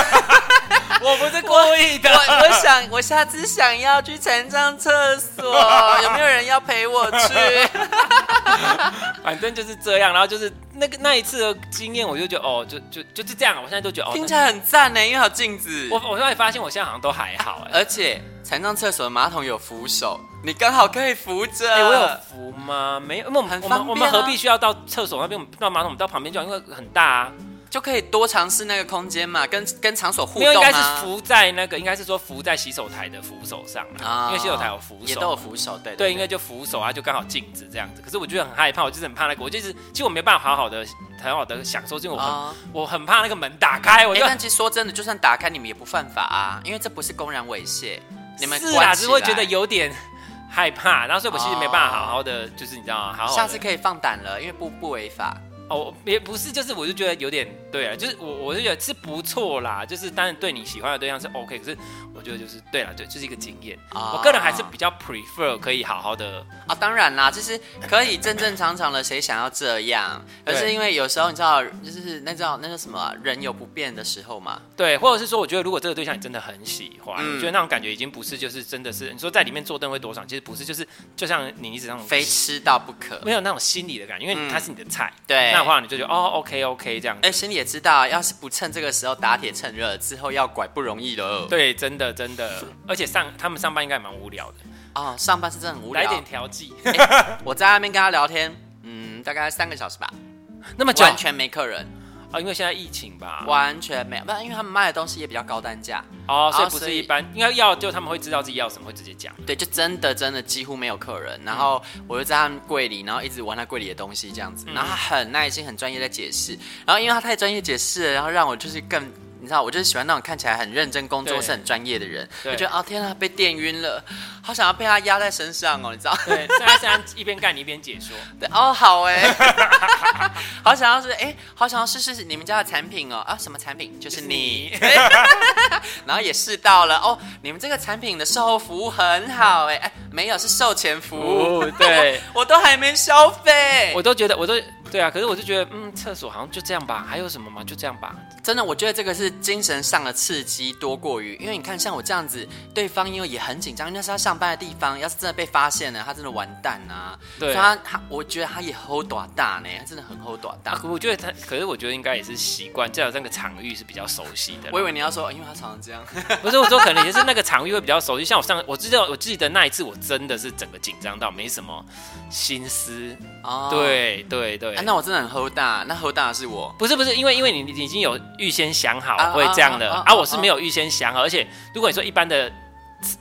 [SPEAKER 2] *laughs*
[SPEAKER 3] 我不是故意的
[SPEAKER 2] 我我想，我下次想要去残障厕
[SPEAKER 3] *laughs*
[SPEAKER 2] 所，有没有人要陪我去？
[SPEAKER 3] 反正就是这样。然后就是那个那一次的经验，我就觉得哦，就就就是这样。我现在都觉得哦，
[SPEAKER 2] 听起来很赞欸呢，因为还有镜子
[SPEAKER 3] 那，我我突然发现我现在好像都还好哎、
[SPEAKER 2] 而且残障厕所的马桶有扶手，你刚好可以扶着。
[SPEAKER 3] 哎、我有扶吗？没有，因为我们、
[SPEAKER 2] 呃很
[SPEAKER 3] 我
[SPEAKER 2] 方便啊
[SPEAKER 3] 们我们何必需要到厕所那边？我们到马桶，我们到旁边就好，因为很大啊。
[SPEAKER 2] 就可以多尝试那个空间嘛，跟跟场所互
[SPEAKER 3] 没有，应
[SPEAKER 2] 动
[SPEAKER 3] 该是
[SPEAKER 2] 啊。
[SPEAKER 3] 扶在那个，应该是说扶在洗手台的扶手上啦
[SPEAKER 2] 啊
[SPEAKER 3] 因为洗手台有扶手，
[SPEAKER 2] 也都有扶手，对
[SPEAKER 3] 对，应该就扶手啊，就刚好镜子这样子。可是我就很害怕，我就是很怕那个，我就是其实我没办法好好的、很好的享受，因为我很、
[SPEAKER 2] 啊
[SPEAKER 3] 我很怕那个门打开，我
[SPEAKER 2] 哎、
[SPEAKER 3] 就、
[SPEAKER 2] 但其实说真的，就算打开你们也不犯法啊，因为这不是公然猥亵。你们
[SPEAKER 3] 是
[SPEAKER 2] 关
[SPEAKER 3] 啦，
[SPEAKER 2] 起
[SPEAKER 3] 只是会觉
[SPEAKER 2] 来哦
[SPEAKER 3] 得有点害怕，然后所以我其实没办法好好的，就是你知道吗？好好地
[SPEAKER 2] 下次可以放胆了，因为不不违法。
[SPEAKER 3] 哦，也不是，就是我就觉得有点对了，就是我我就觉得是不错啦，就是当然对你喜欢的对象是 OK，可是我觉得就是对了，对，就是一个经验。
[SPEAKER 2] 啊
[SPEAKER 3] 我个人还是比较 prefer 可以好好的，
[SPEAKER 2] 啊，当然啦，就是可以正正常常的，谁想要这样？可
[SPEAKER 3] 对
[SPEAKER 2] 是因为有时候你知道，就是那叫那叫什么啊、人有不变的时候嘛。
[SPEAKER 3] 对，或者是说我觉得如果这个对象你真的很喜欢，
[SPEAKER 2] 嗯
[SPEAKER 3] 我觉得那种感觉已经不是就是真的是你说在里面坐凳会多爽，其实不是，就是就像你一直那种
[SPEAKER 2] 非吃到不可。
[SPEAKER 3] 哦没有那种心理的感觉，因为
[SPEAKER 2] 嗯
[SPEAKER 3] 它是你的菜，
[SPEAKER 2] 对
[SPEAKER 3] 那的话你就觉得哦 OK OK 这样子
[SPEAKER 2] 哎、心里也知道，要是不趁这个时候打铁趁热，之后要拐不容易了。
[SPEAKER 3] 对，真的真的，而且上他们上班应该也蛮无聊的，
[SPEAKER 2] 啊、上班是真的很无
[SPEAKER 3] 来
[SPEAKER 2] 聊
[SPEAKER 3] 点。调剂，
[SPEAKER 2] *laughs* 我在那边跟他聊天，嗯，大概三个小时吧，
[SPEAKER 3] 那么啊久
[SPEAKER 2] 完全没客人，
[SPEAKER 3] 哦，因为现在疫情吧，
[SPEAKER 2] 完全没有，不然因为他们卖的东西也比较高单价，
[SPEAKER 3] 哦，所
[SPEAKER 2] 啊
[SPEAKER 3] 以不
[SPEAKER 2] 所
[SPEAKER 3] 是
[SPEAKER 2] 以
[SPEAKER 3] 一般，应该要就他们会知道自己要什么，会直接讲。
[SPEAKER 2] 对，就真的真的几乎没有客人。
[SPEAKER 3] 嗯
[SPEAKER 2] 然后我就在他们柜里，然后一直玩他柜里的东西这样子。然后他
[SPEAKER 3] 嗯
[SPEAKER 2] 很耐心、很专业在解释。然后因为他太专业解释了，然后让我就是更。你知道，我就是喜欢那种看起来很认真工作、
[SPEAKER 3] 对
[SPEAKER 2] 是很专业的人。
[SPEAKER 3] 对
[SPEAKER 2] 我觉得啊，天啊，被电晕了，好想要被他压在身上哦，你知道？
[SPEAKER 3] *laughs* 对，所以他现在一边干你一边解说，
[SPEAKER 2] *laughs* 对哦，好哎、 *laughs* 好想要是哎、好想要试试你们家的产品哦啊，什么产品？就是你，然后也试到了哦，你们这个产品的售后服务很好哎、哎、没有是售前 *laughs* 服务，
[SPEAKER 3] 哦，对，
[SPEAKER 2] 我都还没消费，
[SPEAKER 3] *laughs* 我
[SPEAKER 2] 我
[SPEAKER 3] 都觉得，我都对啊，可是我就觉得，嗯，厕所好像就这样吧，还有什么吗？就这样吧，
[SPEAKER 2] 真的我觉得这个是精神上的刺激多过于，因为你看像我这样子，对方因为也很紧张，因为那是他上班的地方，要是真的被发现了，他真的完蛋啊！所
[SPEAKER 3] 对
[SPEAKER 2] 以他他我觉得他也 hold 短大呢，他真的很 hold 短大
[SPEAKER 3] *laughs* 啊，。我觉得他，可是我觉得应该也是习惯，至少那个场域是比较熟悉的啦。
[SPEAKER 2] 我以为你要说，因为他常常这样。
[SPEAKER 3] 不是我说，可能也是那个场域会比较熟悉。像我上，我知道，我记得那一次，我真的是整个紧张到没什么心思。
[SPEAKER 2] 哦，
[SPEAKER 3] 对对对
[SPEAKER 2] 啊，，那我真的很 hold 大，那 hold 大的是我。
[SPEAKER 3] 不是不是，因为因为你你已经有预先想
[SPEAKER 2] 啊
[SPEAKER 3] 好会这样的
[SPEAKER 2] 啊啊啊
[SPEAKER 3] 啊
[SPEAKER 2] 啊
[SPEAKER 3] 我是没有预先想好，而且如果你说一般的，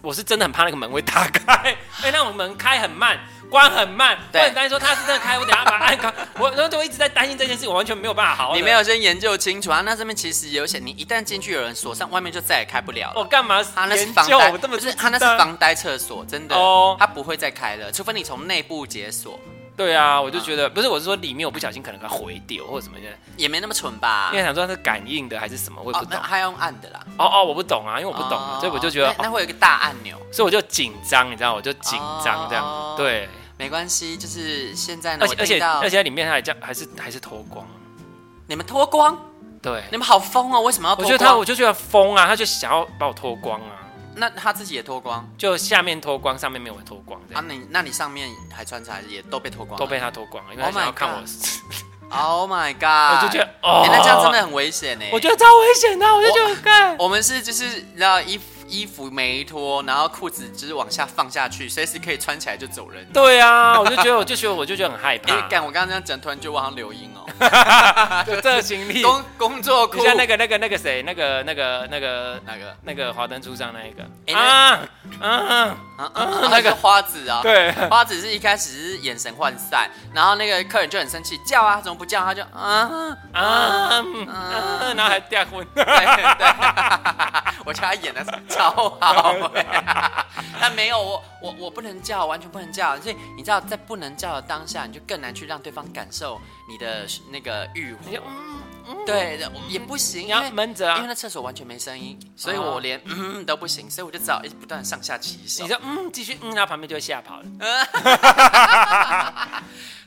[SPEAKER 3] 我是真的很怕那个门会打开，因为那种门开很慢，关很慢，我
[SPEAKER 2] 对
[SPEAKER 3] 很担心说他是真的开，我等下把它按开，我然后就一直在担心这件事，我完全没有办法好好。
[SPEAKER 2] 你没，有先研究清楚啊？那这边其实有写，你一旦进去有人锁上，外面就再也开不了了。
[SPEAKER 3] 我干嘛
[SPEAKER 2] 他那是
[SPEAKER 3] 研
[SPEAKER 2] 房
[SPEAKER 3] 究？
[SPEAKER 2] 呆，
[SPEAKER 3] 我这么
[SPEAKER 2] 不是
[SPEAKER 3] 知
[SPEAKER 2] 他那是
[SPEAKER 3] 道
[SPEAKER 2] 房呆厕所，真的，
[SPEAKER 3] 哦
[SPEAKER 2] 他不会再开了，除非你从内部解锁，
[SPEAKER 3] 对啊，我就觉得不是，我是说里面我不小心可能给它毁掉或者什么的，
[SPEAKER 2] 也没那么蠢吧
[SPEAKER 3] 因？为想说它是感应的还是什么，我也不
[SPEAKER 2] 哦，
[SPEAKER 3] 懂
[SPEAKER 2] 那。还要用按的啦，
[SPEAKER 3] 哦哦，我不懂啊，因为我不懂
[SPEAKER 2] 哦，
[SPEAKER 3] 所以我就觉得，
[SPEAKER 2] 那那
[SPEAKER 3] 哦
[SPEAKER 2] 会有一个大按钮，
[SPEAKER 3] 所以我就紧张，你知道，我就紧张这
[SPEAKER 2] 哦
[SPEAKER 3] 样，对。
[SPEAKER 2] 没关系，就是现在呢，
[SPEAKER 3] 而
[SPEAKER 2] 我
[SPEAKER 3] 且而且
[SPEAKER 2] 听到
[SPEAKER 3] 而且在里面还这样，还是还是脱光。
[SPEAKER 2] 你们脱光，
[SPEAKER 3] 对，
[SPEAKER 2] 你们好疯哦，为什么要
[SPEAKER 3] 我
[SPEAKER 2] 脱
[SPEAKER 3] 觉得他，
[SPEAKER 2] 光
[SPEAKER 3] 我？就觉得疯啊，他就想要把我脱光啊。
[SPEAKER 2] 那他自己也脱光
[SPEAKER 3] 就下面脱光，上面没有脱光，这
[SPEAKER 2] 啊？
[SPEAKER 3] 样、
[SPEAKER 2] 你那你上面还穿起来也都被脱光了？
[SPEAKER 3] 都被他脱光了，因为他
[SPEAKER 2] Oh my
[SPEAKER 3] 想要看我
[SPEAKER 2] God Oh my god！
[SPEAKER 3] *laughs* 我就觉得哦
[SPEAKER 2] 欸那这样真的很危险呢。
[SPEAKER 3] 我觉得超危险啊的，我
[SPEAKER 2] *laughs*
[SPEAKER 3] 就觉得干。
[SPEAKER 2] 我们是就是你知道衣服衣服没脱，然后裤子就是往下放下去，随时可以穿起来就走人。
[SPEAKER 3] 对啊，我就觉得，我就觉得，我就觉得很害
[SPEAKER 2] 哎、
[SPEAKER 3] 怕。
[SPEAKER 2] 干！我刚刚这样讲，突然就往上流音哦。
[SPEAKER 3] 啊 *laughs* 就这行
[SPEAKER 2] *laughs*
[SPEAKER 3] 李，
[SPEAKER 2] 工工作
[SPEAKER 3] 你
[SPEAKER 2] 裤 *laughs*
[SPEAKER 3] 像那个、那个、那个谁，那个、那个、那个、
[SPEAKER 2] 哪个
[SPEAKER 3] 那个华灯初上那一个
[SPEAKER 2] 哎
[SPEAKER 3] 啊啊，
[SPEAKER 2] 啊啊啊那个花子啊，
[SPEAKER 3] 对，
[SPEAKER 2] 花子是一开始是眼神涣散，然后那个客人就很生气，叫啊，怎么不叫？他就啊啊，
[SPEAKER 3] 啊，嗯啊然后还掉婚，
[SPEAKER 2] 对 *laughs* 对，我觉得他演的超好、 *laughs* 欸，但没有我我我不能叫，完全不能叫，所以你知道在不能叫的当下，你就更难去让对方感受你的那个欲
[SPEAKER 3] 你就
[SPEAKER 2] 火，
[SPEAKER 3] 嗯
[SPEAKER 2] 对，也不行，
[SPEAKER 3] 你
[SPEAKER 2] 因
[SPEAKER 3] 要
[SPEAKER 2] 为。
[SPEAKER 3] 闷着
[SPEAKER 2] 因为
[SPEAKER 3] 啊，
[SPEAKER 2] 那厕所完全没声音，所以我连嗯都不行，所以我就只好一直不断地上下其手
[SPEAKER 3] 哦你。说嗯，继续嗯，然后旁边就会吓跑了。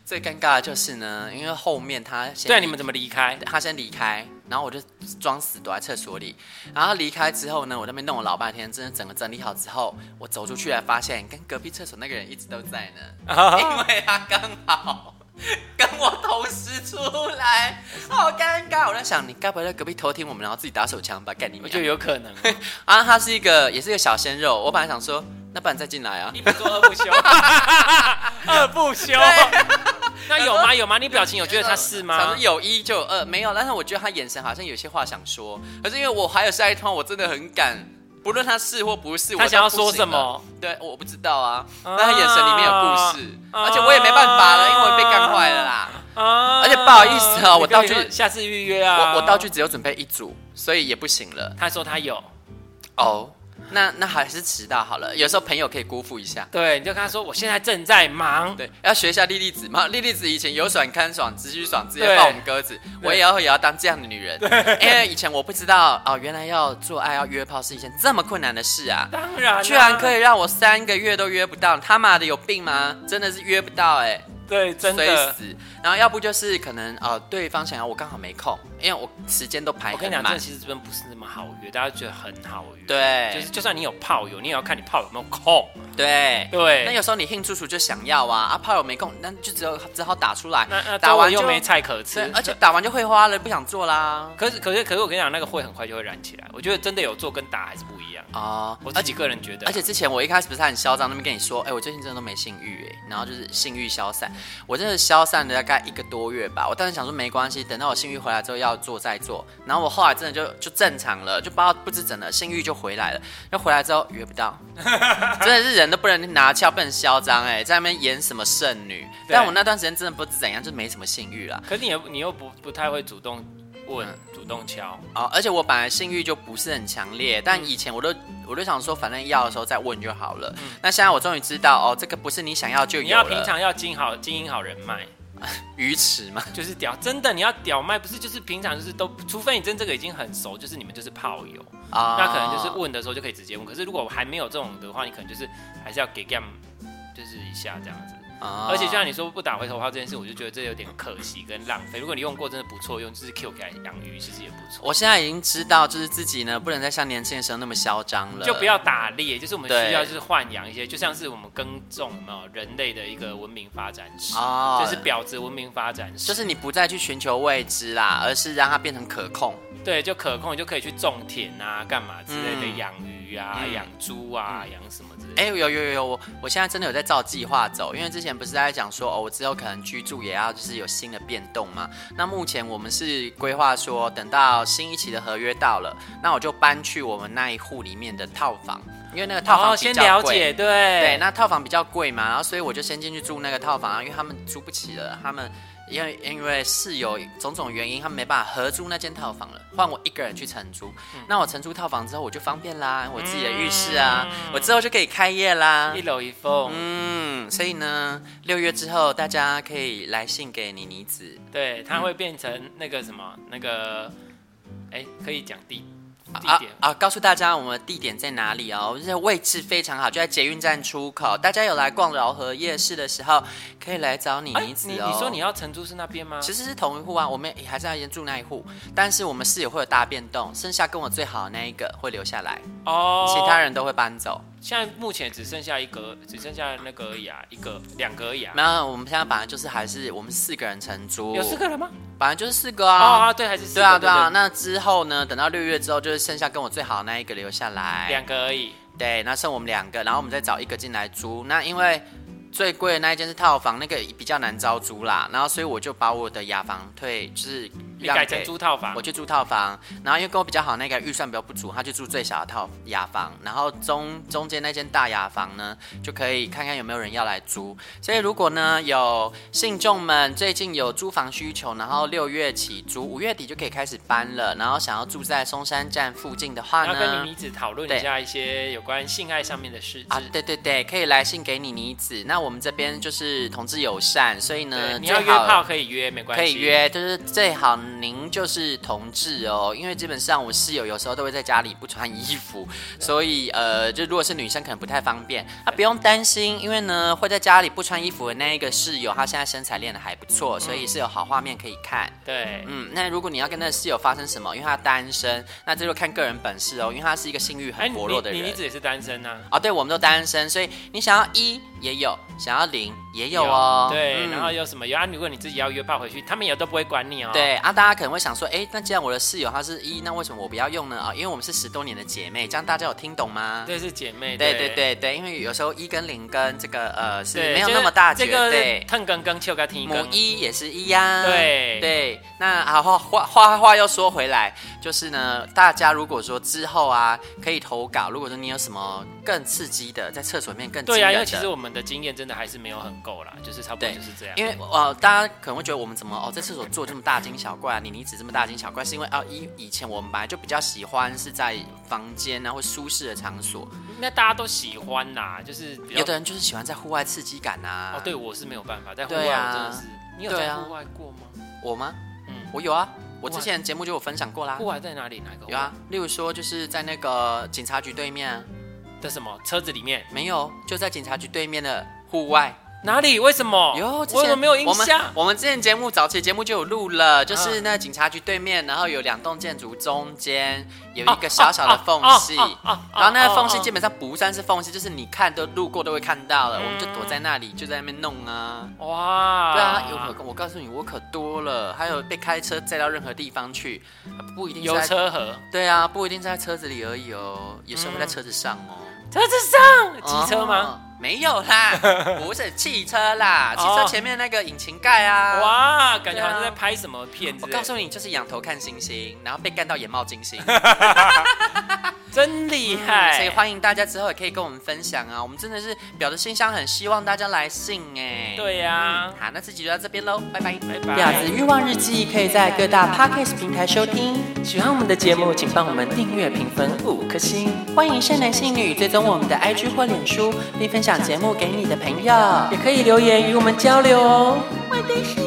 [SPEAKER 2] 最尴尬的就是呢，因为后面他先
[SPEAKER 3] 对，你们怎么离开？
[SPEAKER 2] 他先离开，然后我就装死躲在厕所里。然后离开之后呢，我那边弄了老半天，真的整个整理好之后，我走出去才发现，跟隔壁厕所那个人一直都在呢，
[SPEAKER 3] 啊
[SPEAKER 2] 因
[SPEAKER 3] 哦
[SPEAKER 2] 为他刚好跟我同时出来，好尴尬。我在想，你该不会在隔壁偷听我们，然后自己打手枪吧？干你
[SPEAKER 3] 我
[SPEAKER 2] 们
[SPEAKER 3] 觉得有
[SPEAKER 2] *laughs*
[SPEAKER 3] 可能哦，
[SPEAKER 2] 啊！他是一个，也是一个小鲜肉。我本来想说，那不然再进来啊。
[SPEAKER 3] 一不做二不休， *laughs* 二不休。 *laughs* 那有吗？有吗？你表情有觉得他是
[SPEAKER 2] 想
[SPEAKER 3] 吗
[SPEAKER 2] 说？有一就有二，没有。但是我觉得他眼神好像有些话想说，可是因为我还有下一通，我真的很赶，不论他是或不是，
[SPEAKER 3] 他
[SPEAKER 2] 我都
[SPEAKER 3] 想要
[SPEAKER 2] 不行
[SPEAKER 3] 说什
[SPEAKER 2] 了
[SPEAKER 3] 么？
[SPEAKER 2] 对，我不知道啊。
[SPEAKER 3] 啊
[SPEAKER 2] 但他眼神里面有故事，
[SPEAKER 3] 啊
[SPEAKER 2] 而且我也没办法了，因为我被干坏了啦。
[SPEAKER 3] 啊
[SPEAKER 2] 而且不好意思哦我道具
[SPEAKER 3] 你可以下次预约啊。
[SPEAKER 2] 我我道具只有准备一组，所以也不行了。
[SPEAKER 3] 他说他有，
[SPEAKER 2] 哦，那那还是迟到好了。有时候朋友可以辜负一下。
[SPEAKER 3] 对，你就跟他说我现在正在忙，
[SPEAKER 2] 对，要学一下莉莉子嘛。莉莉子以前有爽看爽，只需爽直接
[SPEAKER 3] 对
[SPEAKER 2] 放我们鸽子，
[SPEAKER 3] 对
[SPEAKER 2] 我也要也要当这样的女人。因为以前我不知道哦，原来要做爱要约炮是一件这么困难的事啊！
[SPEAKER 3] 当然啊
[SPEAKER 2] 居然可以，让我三个月都约不到，他妈的有病吗？真的是约不到哎、
[SPEAKER 3] 对，真
[SPEAKER 2] 衰
[SPEAKER 3] 的。
[SPEAKER 2] 死。然后要不就是可能呃，对方想要我刚好没空，因为我时间都排
[SPEAKER 3] 我
[SPEAKER 2] 很
[SPEAKER 3] 跟你讲，这
[SPEAKER 2] 满
[SPEAKER 3] 个。其实真不是那么好约，大家觉得很好约。，
[SPEAKER 2] 对，
[SPEAKER 3] 就是就算你有炮友，你也要看你炮友有没有空。
[SPEAKER 2] 对。那
[SPEAKER 3] 对，
[SPEAKER 2] 有时候你兴楚楚就想要啊，啊炮友没空，那就只有只好打出来
[SPEAKER 3] 那那，
[SPEAKER 2] 打
[SPEAKER 3] 打完
[SPEAKER 2] 完就
[SPEAKER 3] 又没菜可吃
[SPEAKER 2] 对，，而且打完就会花了，不想做啦。
[SPEAKER 3] *laughs* 可是可是可是我跟你讲，那个会很快就会燃起来。我觉得真的有做跟打还是不一样。
[SPEAKER 2] 哦，
[SPEAKER 3] 我
[SPEAKER 2] 而
[SPEAKER 3] 自己
[SPEAKER 2] 且
[SPEAKER 3] 个人觉得，
[SPEAKER 2] 而且之前我一开始不是很嚣张，那边跟你说，哎、我最近真的都没性欲，哎，然后就是性欲消散，我真的消散了大概一个多月吧。我当时想说没关系，等到我性欲回来之后要做再做。然后我后来真的就就正常了，就不知道不知怎的，性欲就回来了。那回来之后约不
[SPEAKER 3] *laughs*
[SPEAKER 2] 到，真的是人都不能拿翘，不能嚣张，哎，在那边演什么剩女。
[SPEAKER 3] 对
[SPEAKER 2] 但我那段时间真的不知怎样，就没什么性欲啦。
[SPEAKER 3] 啊可是你又你又不不太会主动问、
[SPEAKER 2] 嗯
[SPEAKER 3] 主动敲，
[SPEAKER 2] 哦，而且我本来性欲就不是很强烈，但以前我都我都想说，反正要的时候再问就好了。那现在我终于知道，哦，这个不是你想要就
[SPEAKER 3] 嗯你
[SPEAKER 2] 有
[SPEAKER 3] 要平
[SPEAKER 2] 了，
[SPEAKER 3] 常要经好经营好人脉。
[SPEAKER 2] 鱼池嘛。
[SPEAKER 3] 就是屌，真的你要屌麦，不是就是平常就是都，除非你真这个已经很熟，就是你们就是炮友，
[SPEAKER 2] 啊
[SPEAKER 3] *laughs* 那可能就是问的时候就可以直接问。可是如果还没有这种的话，你可能就是还是要给 gam，就是一下这样子。
[SPEAKER 2] 啊
[SPEAKER 3] 而且就像你说不打回头炮这件事，我就觉得这有点可惜跟浪费。如果你用过真的不错用，就是 Q 给它养鱼，其实也不错。
[SPEAKER 2] 我现在已经知道，就是自己呢不能再像年轻的时候那么嚣张了，
[SPEAKER 3] 就不要打猎，就是我们
[SPEAKER 2] 对
[SPEAKER 3] 需要就是豢养一些，就像是我们耕种有没有人类的一个文明发展史，
[SPEAKER 2] 哦
[SPEAKER 3] 就是婊子文明发展史，
[SPEAKER 2] 就是你不再去寻求未知啦，而是让它变成可控。
[SPEAKER 3] 对，就可控，你就可以去种田啊，干嘛之类的，
[SPEAKER 2] 嗯
[SPEAKER 3] 养鱼啊，
[SPEAKER 2] 嗯
[SPEAKER 3] 养猪啊，养什么之类的。
[SPEAKER 2] 哎、有有有有，我我现在真的有在照计划走，因为之前不是在讲说哦，我之后可能居住也要就是有新的变动嘛。那目前我们是规划说，等到新一期的合约到了，那我就搬去我们那一户里面的套房，因为那个套
[SPEAKER 3] 好，
[SPEAKER 2] 房
[SPEAKER 3] 哦先
[SPEAKER 2] 比
[SPEAKER 3] 了
[SPEAKER 2] 较贵。
[SPEAKER 3] 解，对
[SPEAKER 2] 对，
[SPEAKER 3] 对
[SPEAKER 2] 那套房比较贵嘛，然后所以我就先进去住那个套房啊，因为他们租不起了，他们因为因为室友种种原因，他们没办法合租那间套房了，换我一个人去承租。
[SPEAKER 3] 嗯
[SPEAKER 2] 那我承租套房之后，我就方便啦，我自己的浴室啊，
[SPEAKER 3] 嗯
[SPEAKER 2] 我之后就可以开业啦
[SPEAKER 3] 一。楼一凤，
[SPEAKER 2] 嗯，所以呢，六月之后大家可以来信给妮妮子，
[SPEAKER 3] 对，它会变成那个什么那个，哎、可以讲地地点。
[SPEAKER 2] 啊啊！告诉大家我们的地点在哪里哦，这位置非常好，就在捷运站出口。大家有来逛饶河夜市的时候，可以来找你
[SPEAKER 3] 哎
[SPEAKER 2] 妮子
[SPEAKER 3] 你
[SPEAKER 2] 哦。
[SPEAKER 3] 你说你要承租是那边吗？
[SPEAKER 2] 其实是同一户啊，我们也还是要先住那一户，但是我们室友会有大变动，剩下跟我最好的那一个会留下来，
[SPEAKER 3] 哦，
[SPEAKER 2] 其他人都会搬走。
[SPEAKER 3] 现在目前只剩下一个，只剩下那个而已啊，一个两个而已啊。
[SPEAKER 2] 没有，我们现在本来就是还是我们四个人承租，
[SPEAKER 3] 有四个人吗？
[SPEAKER 2] 本来就是四个
[SPEAKER 3] 哦
[SPEAKER 2] 啊。
[SPEAKER 3] 啊，对，还是四个
[SPEAKER 2] 对啊，对啊，，那之后呢？等到六月之后，就是剩下跟我最好的那一个留下来。
[SPEAKER 3] 对两个而已。
[SPEAKER 2] 对，那剩我们两个，然后我们再找一个进来租。那因为最贵的那一间是套房，那个比较难招租啦。然后所以我就把我的雅房退，就是
[SPEAKER 3] 你
[SPEAKER 2] 让
[SPEAKER 3] 改
[SPEAKER 2] 给
[SPEAKER 3] 成租套房
[SPEAKER 2] 我，去住套房。然后因为跟我比较好那个预算比较不足，他就住最小的套雅房。然后中中间那间大雅房呢，就可以看看有没有人要来租。所以如果呢有信众们最近有租房需求，然后六月起租，五月底就可以开始搬了。然后想要住在松山站附近的话
[SPEAKER 3] 然后跟
[SPEAKER 2] 呢
[SPEAKER 3] 你，妮子讨论
[SPEAKER 2] 啊对
[SPEAKER 3] 一下一些有关性爱上面的事
[SPEAKER 2] 啊，
[SPEAKER 3] 情。
[SPEAKER 2] 对对对，可以来信给你妮子。那我们这边就是同志友善，所以呢，
[SPEAKER 3] 对，你要
[SPEAKER 2] 最
[SPEAKER 3] 约
[SPEAKER 2] 好
[SPEAKER 3] 炮可以约，没关
[SPEAKER 2] 可
[SPEAKER 3] 系。
[SPEAKER 2] 以。约，就是最好您就是同志哦，因为基本上我室友有时候都会在家里不穿衣服，所以呃，就如果是女生可能不太方便啊，不用担心，因为呢会在家里不穿衣服的那一个室友，她现在身材练得还不错，所以是有好画面可以看。
[SPEAKER 3] 嗯对，
[SPEAKER 2] 嗯，那如果你要跟那个室友发生什么，因为他单身，那这就看个人本事哦，因为他是一个性欲
[SPEAKER 3] 哎，
[SPEAKER 2] 很
[SPEAKER 3] 你
[SPEAKER 2] 薄弱的
[SPEAKER 3] 你
[SPEAKER 2] 人。
[SPEAKER 3] 妮子也是单身啊。
[SPEAKER 2] 哦，对，我们都单身，所以你想要一也有，想要零也有哦。
[SPEAKER 3] 对，
[SPEAKER 2] 嗯
[SPEAKER 3] 然后有什么有啊？如果你自己要约炮回去，他们也都不会管你哦。，
[SPEAKER 2] 对啊，大家可能会想说，哎，那既然我的室友他是一，那为什么我不要用呢？啊、因为我们是十多年的姐妹，这样大家有听懂吗？
[SPEAKER 3] 这是姐妹。
[SPEAKER 2] 对对
[SPEAKER 3] 对。
[SPEAKER 2] 对对因为有时候一跟零跟这个呃是
[SPEAKER 3] 对
[SPEAKER 2] 没有
[SPEAKER 3] 就是
[SPEAKER 2] 那么大绝
[SPEAKER 3] 这个
[SPEAKER 2] 对。
[SPEAKER 3] 腾更更秋个听
[SPEAKER 2] 母啊
[SPEAKER 3] 更，
[SPEAKER 2] 一也是一呀、
[SPEAKER 3] 对
[SPEAKER 2] 对，那啊话话话话又说回来，就是呢，大家如果说之后啊可以投稿，如果说你有什么更刺激的，在厕所里面更
[SPEAKER 3] 对
[SPEAKER 2] 呀、
[SPEAKER 3] 啊，因为其实我们的经验真的还是没有很够啦，就是差不多
[SPEAKER 2] 嗯对
[SPEAKER 3] 就是这样。
[SPEAKER 2] 因为呃，大家可能会觉得我们怎么哦，在厕所做这么大惊小怪啊，你妮子这么大惊小怪，是因为啊，以、以前我们本来就比较喜欢是在房间啊或舒适的场所，
[SPEAKER 3] 那大家都喜欢啦，就是比较
[SPEAKER 2] 有的人就是喜欢在户外刺激感啊。
[SPEAKER 3] 哦，对，我是没有办法，在户外
[SPEAKER 2] 对啊
[SPEAKER 3] 我真的是，你有
[SPEAKER 2] 对
[SPEAKER 3] 在
[SPEAKER 2] 啊
[SPEAKER 3] 户外过吗？
[SPEAKER 2] 我吗？
[SPEAKER 3] 嗯，
[SPEAKER 2] 我有啊，我
[SPEAKER 3] 户外
[SPEAKER 2] 之前节目就有分享过啦
[SPEAKER 3] 户。外在哪里？哪个户外？
[SPEAKER 2] 有啊，例如说就是在那个警察局对面啊，
[SPEAKER 3] 在什么车子里面？
[SPEAKER 2] 没有，就在警察局对面的户外。
[SPEAKER 3] 哪里？为什么？
[SPEAKER 2] 有，之
[SPEAKER 3] 我怎
[SPEAKER 2] 前
[SPEAKER 3] 么没有印
[SPEAKER 2] 我们
[SPEAKER 3] 象？
[SPEAKER 2] 我们之前节目早期节目就有录了，就是那警察局对面，然后有两栋建筑中间有一个小小的缝隙，
[SPEAKER 3] 哦哦哦哦哦
[SPEAKER 2] 然后那个缝
[SPEAKER 3] 哦
[SPEAKER 2] 隙
[SPEAKER 3] 哦
[SPEAKER 2] 基本上不算是缝隙，就是你看都路过都会看到了，我们就躲在那里就在那边弄啊。
[SPEAKER 3] 哇，
[SPEAKER 2] 对啊，有可我告诉你，我可多了，还有被开车载到任何地方去，不一定是
[SPEAKER 3] 油
[SPEAKER 2] 在。
[SPEAKER 3] 车河，
[SPEAKER 2] 对啊，不一定是在车子里而已哦，有时候会在车子上哦。
[SPEAKER 3] 车子上机车吗？
[SPEAKER 2] 哦？没有啦，不是汽车啦，汽车
[SPEAKER 3] 哦
[SPEAKER 2] 前面那个引擎盖啊。
[SPEAKER 3] 哇，感觉
[SPEAKER 2] 对啊
[SPEAKER 3] 好像在拍什么片
[SPEAKER 2] 我
[SPEAKER 3] 子。
[SPEAKER 2] 告诉你，就是仰头看星星，然后被干到眼冒金星。
[SPEAKER 3] 真厉
[SPEAKER 2] 嗯所以
[SPEAKER 3] 害。
[SPEAKER 2] 欢迎大家之后也可以跟我们分享啊，我们真的是表的信箱很希望大家来信哎。
[SPEAKER 3] 对呀
[SPEAKER 2] 嗯，好，那这集就到这边喽，拜拜。
[SPEAKER 3] 拜拜。
[SPEAKER 1] 婊子欲望日记可以在各大 podcast 平台收听。喜欢我们的节目，请帮我们订阅、评分五颗星。欢迎善男信女追踪我们的 IG 或脸书，并分享节目给你的朋友，也可以留言与我们交流哦。我的世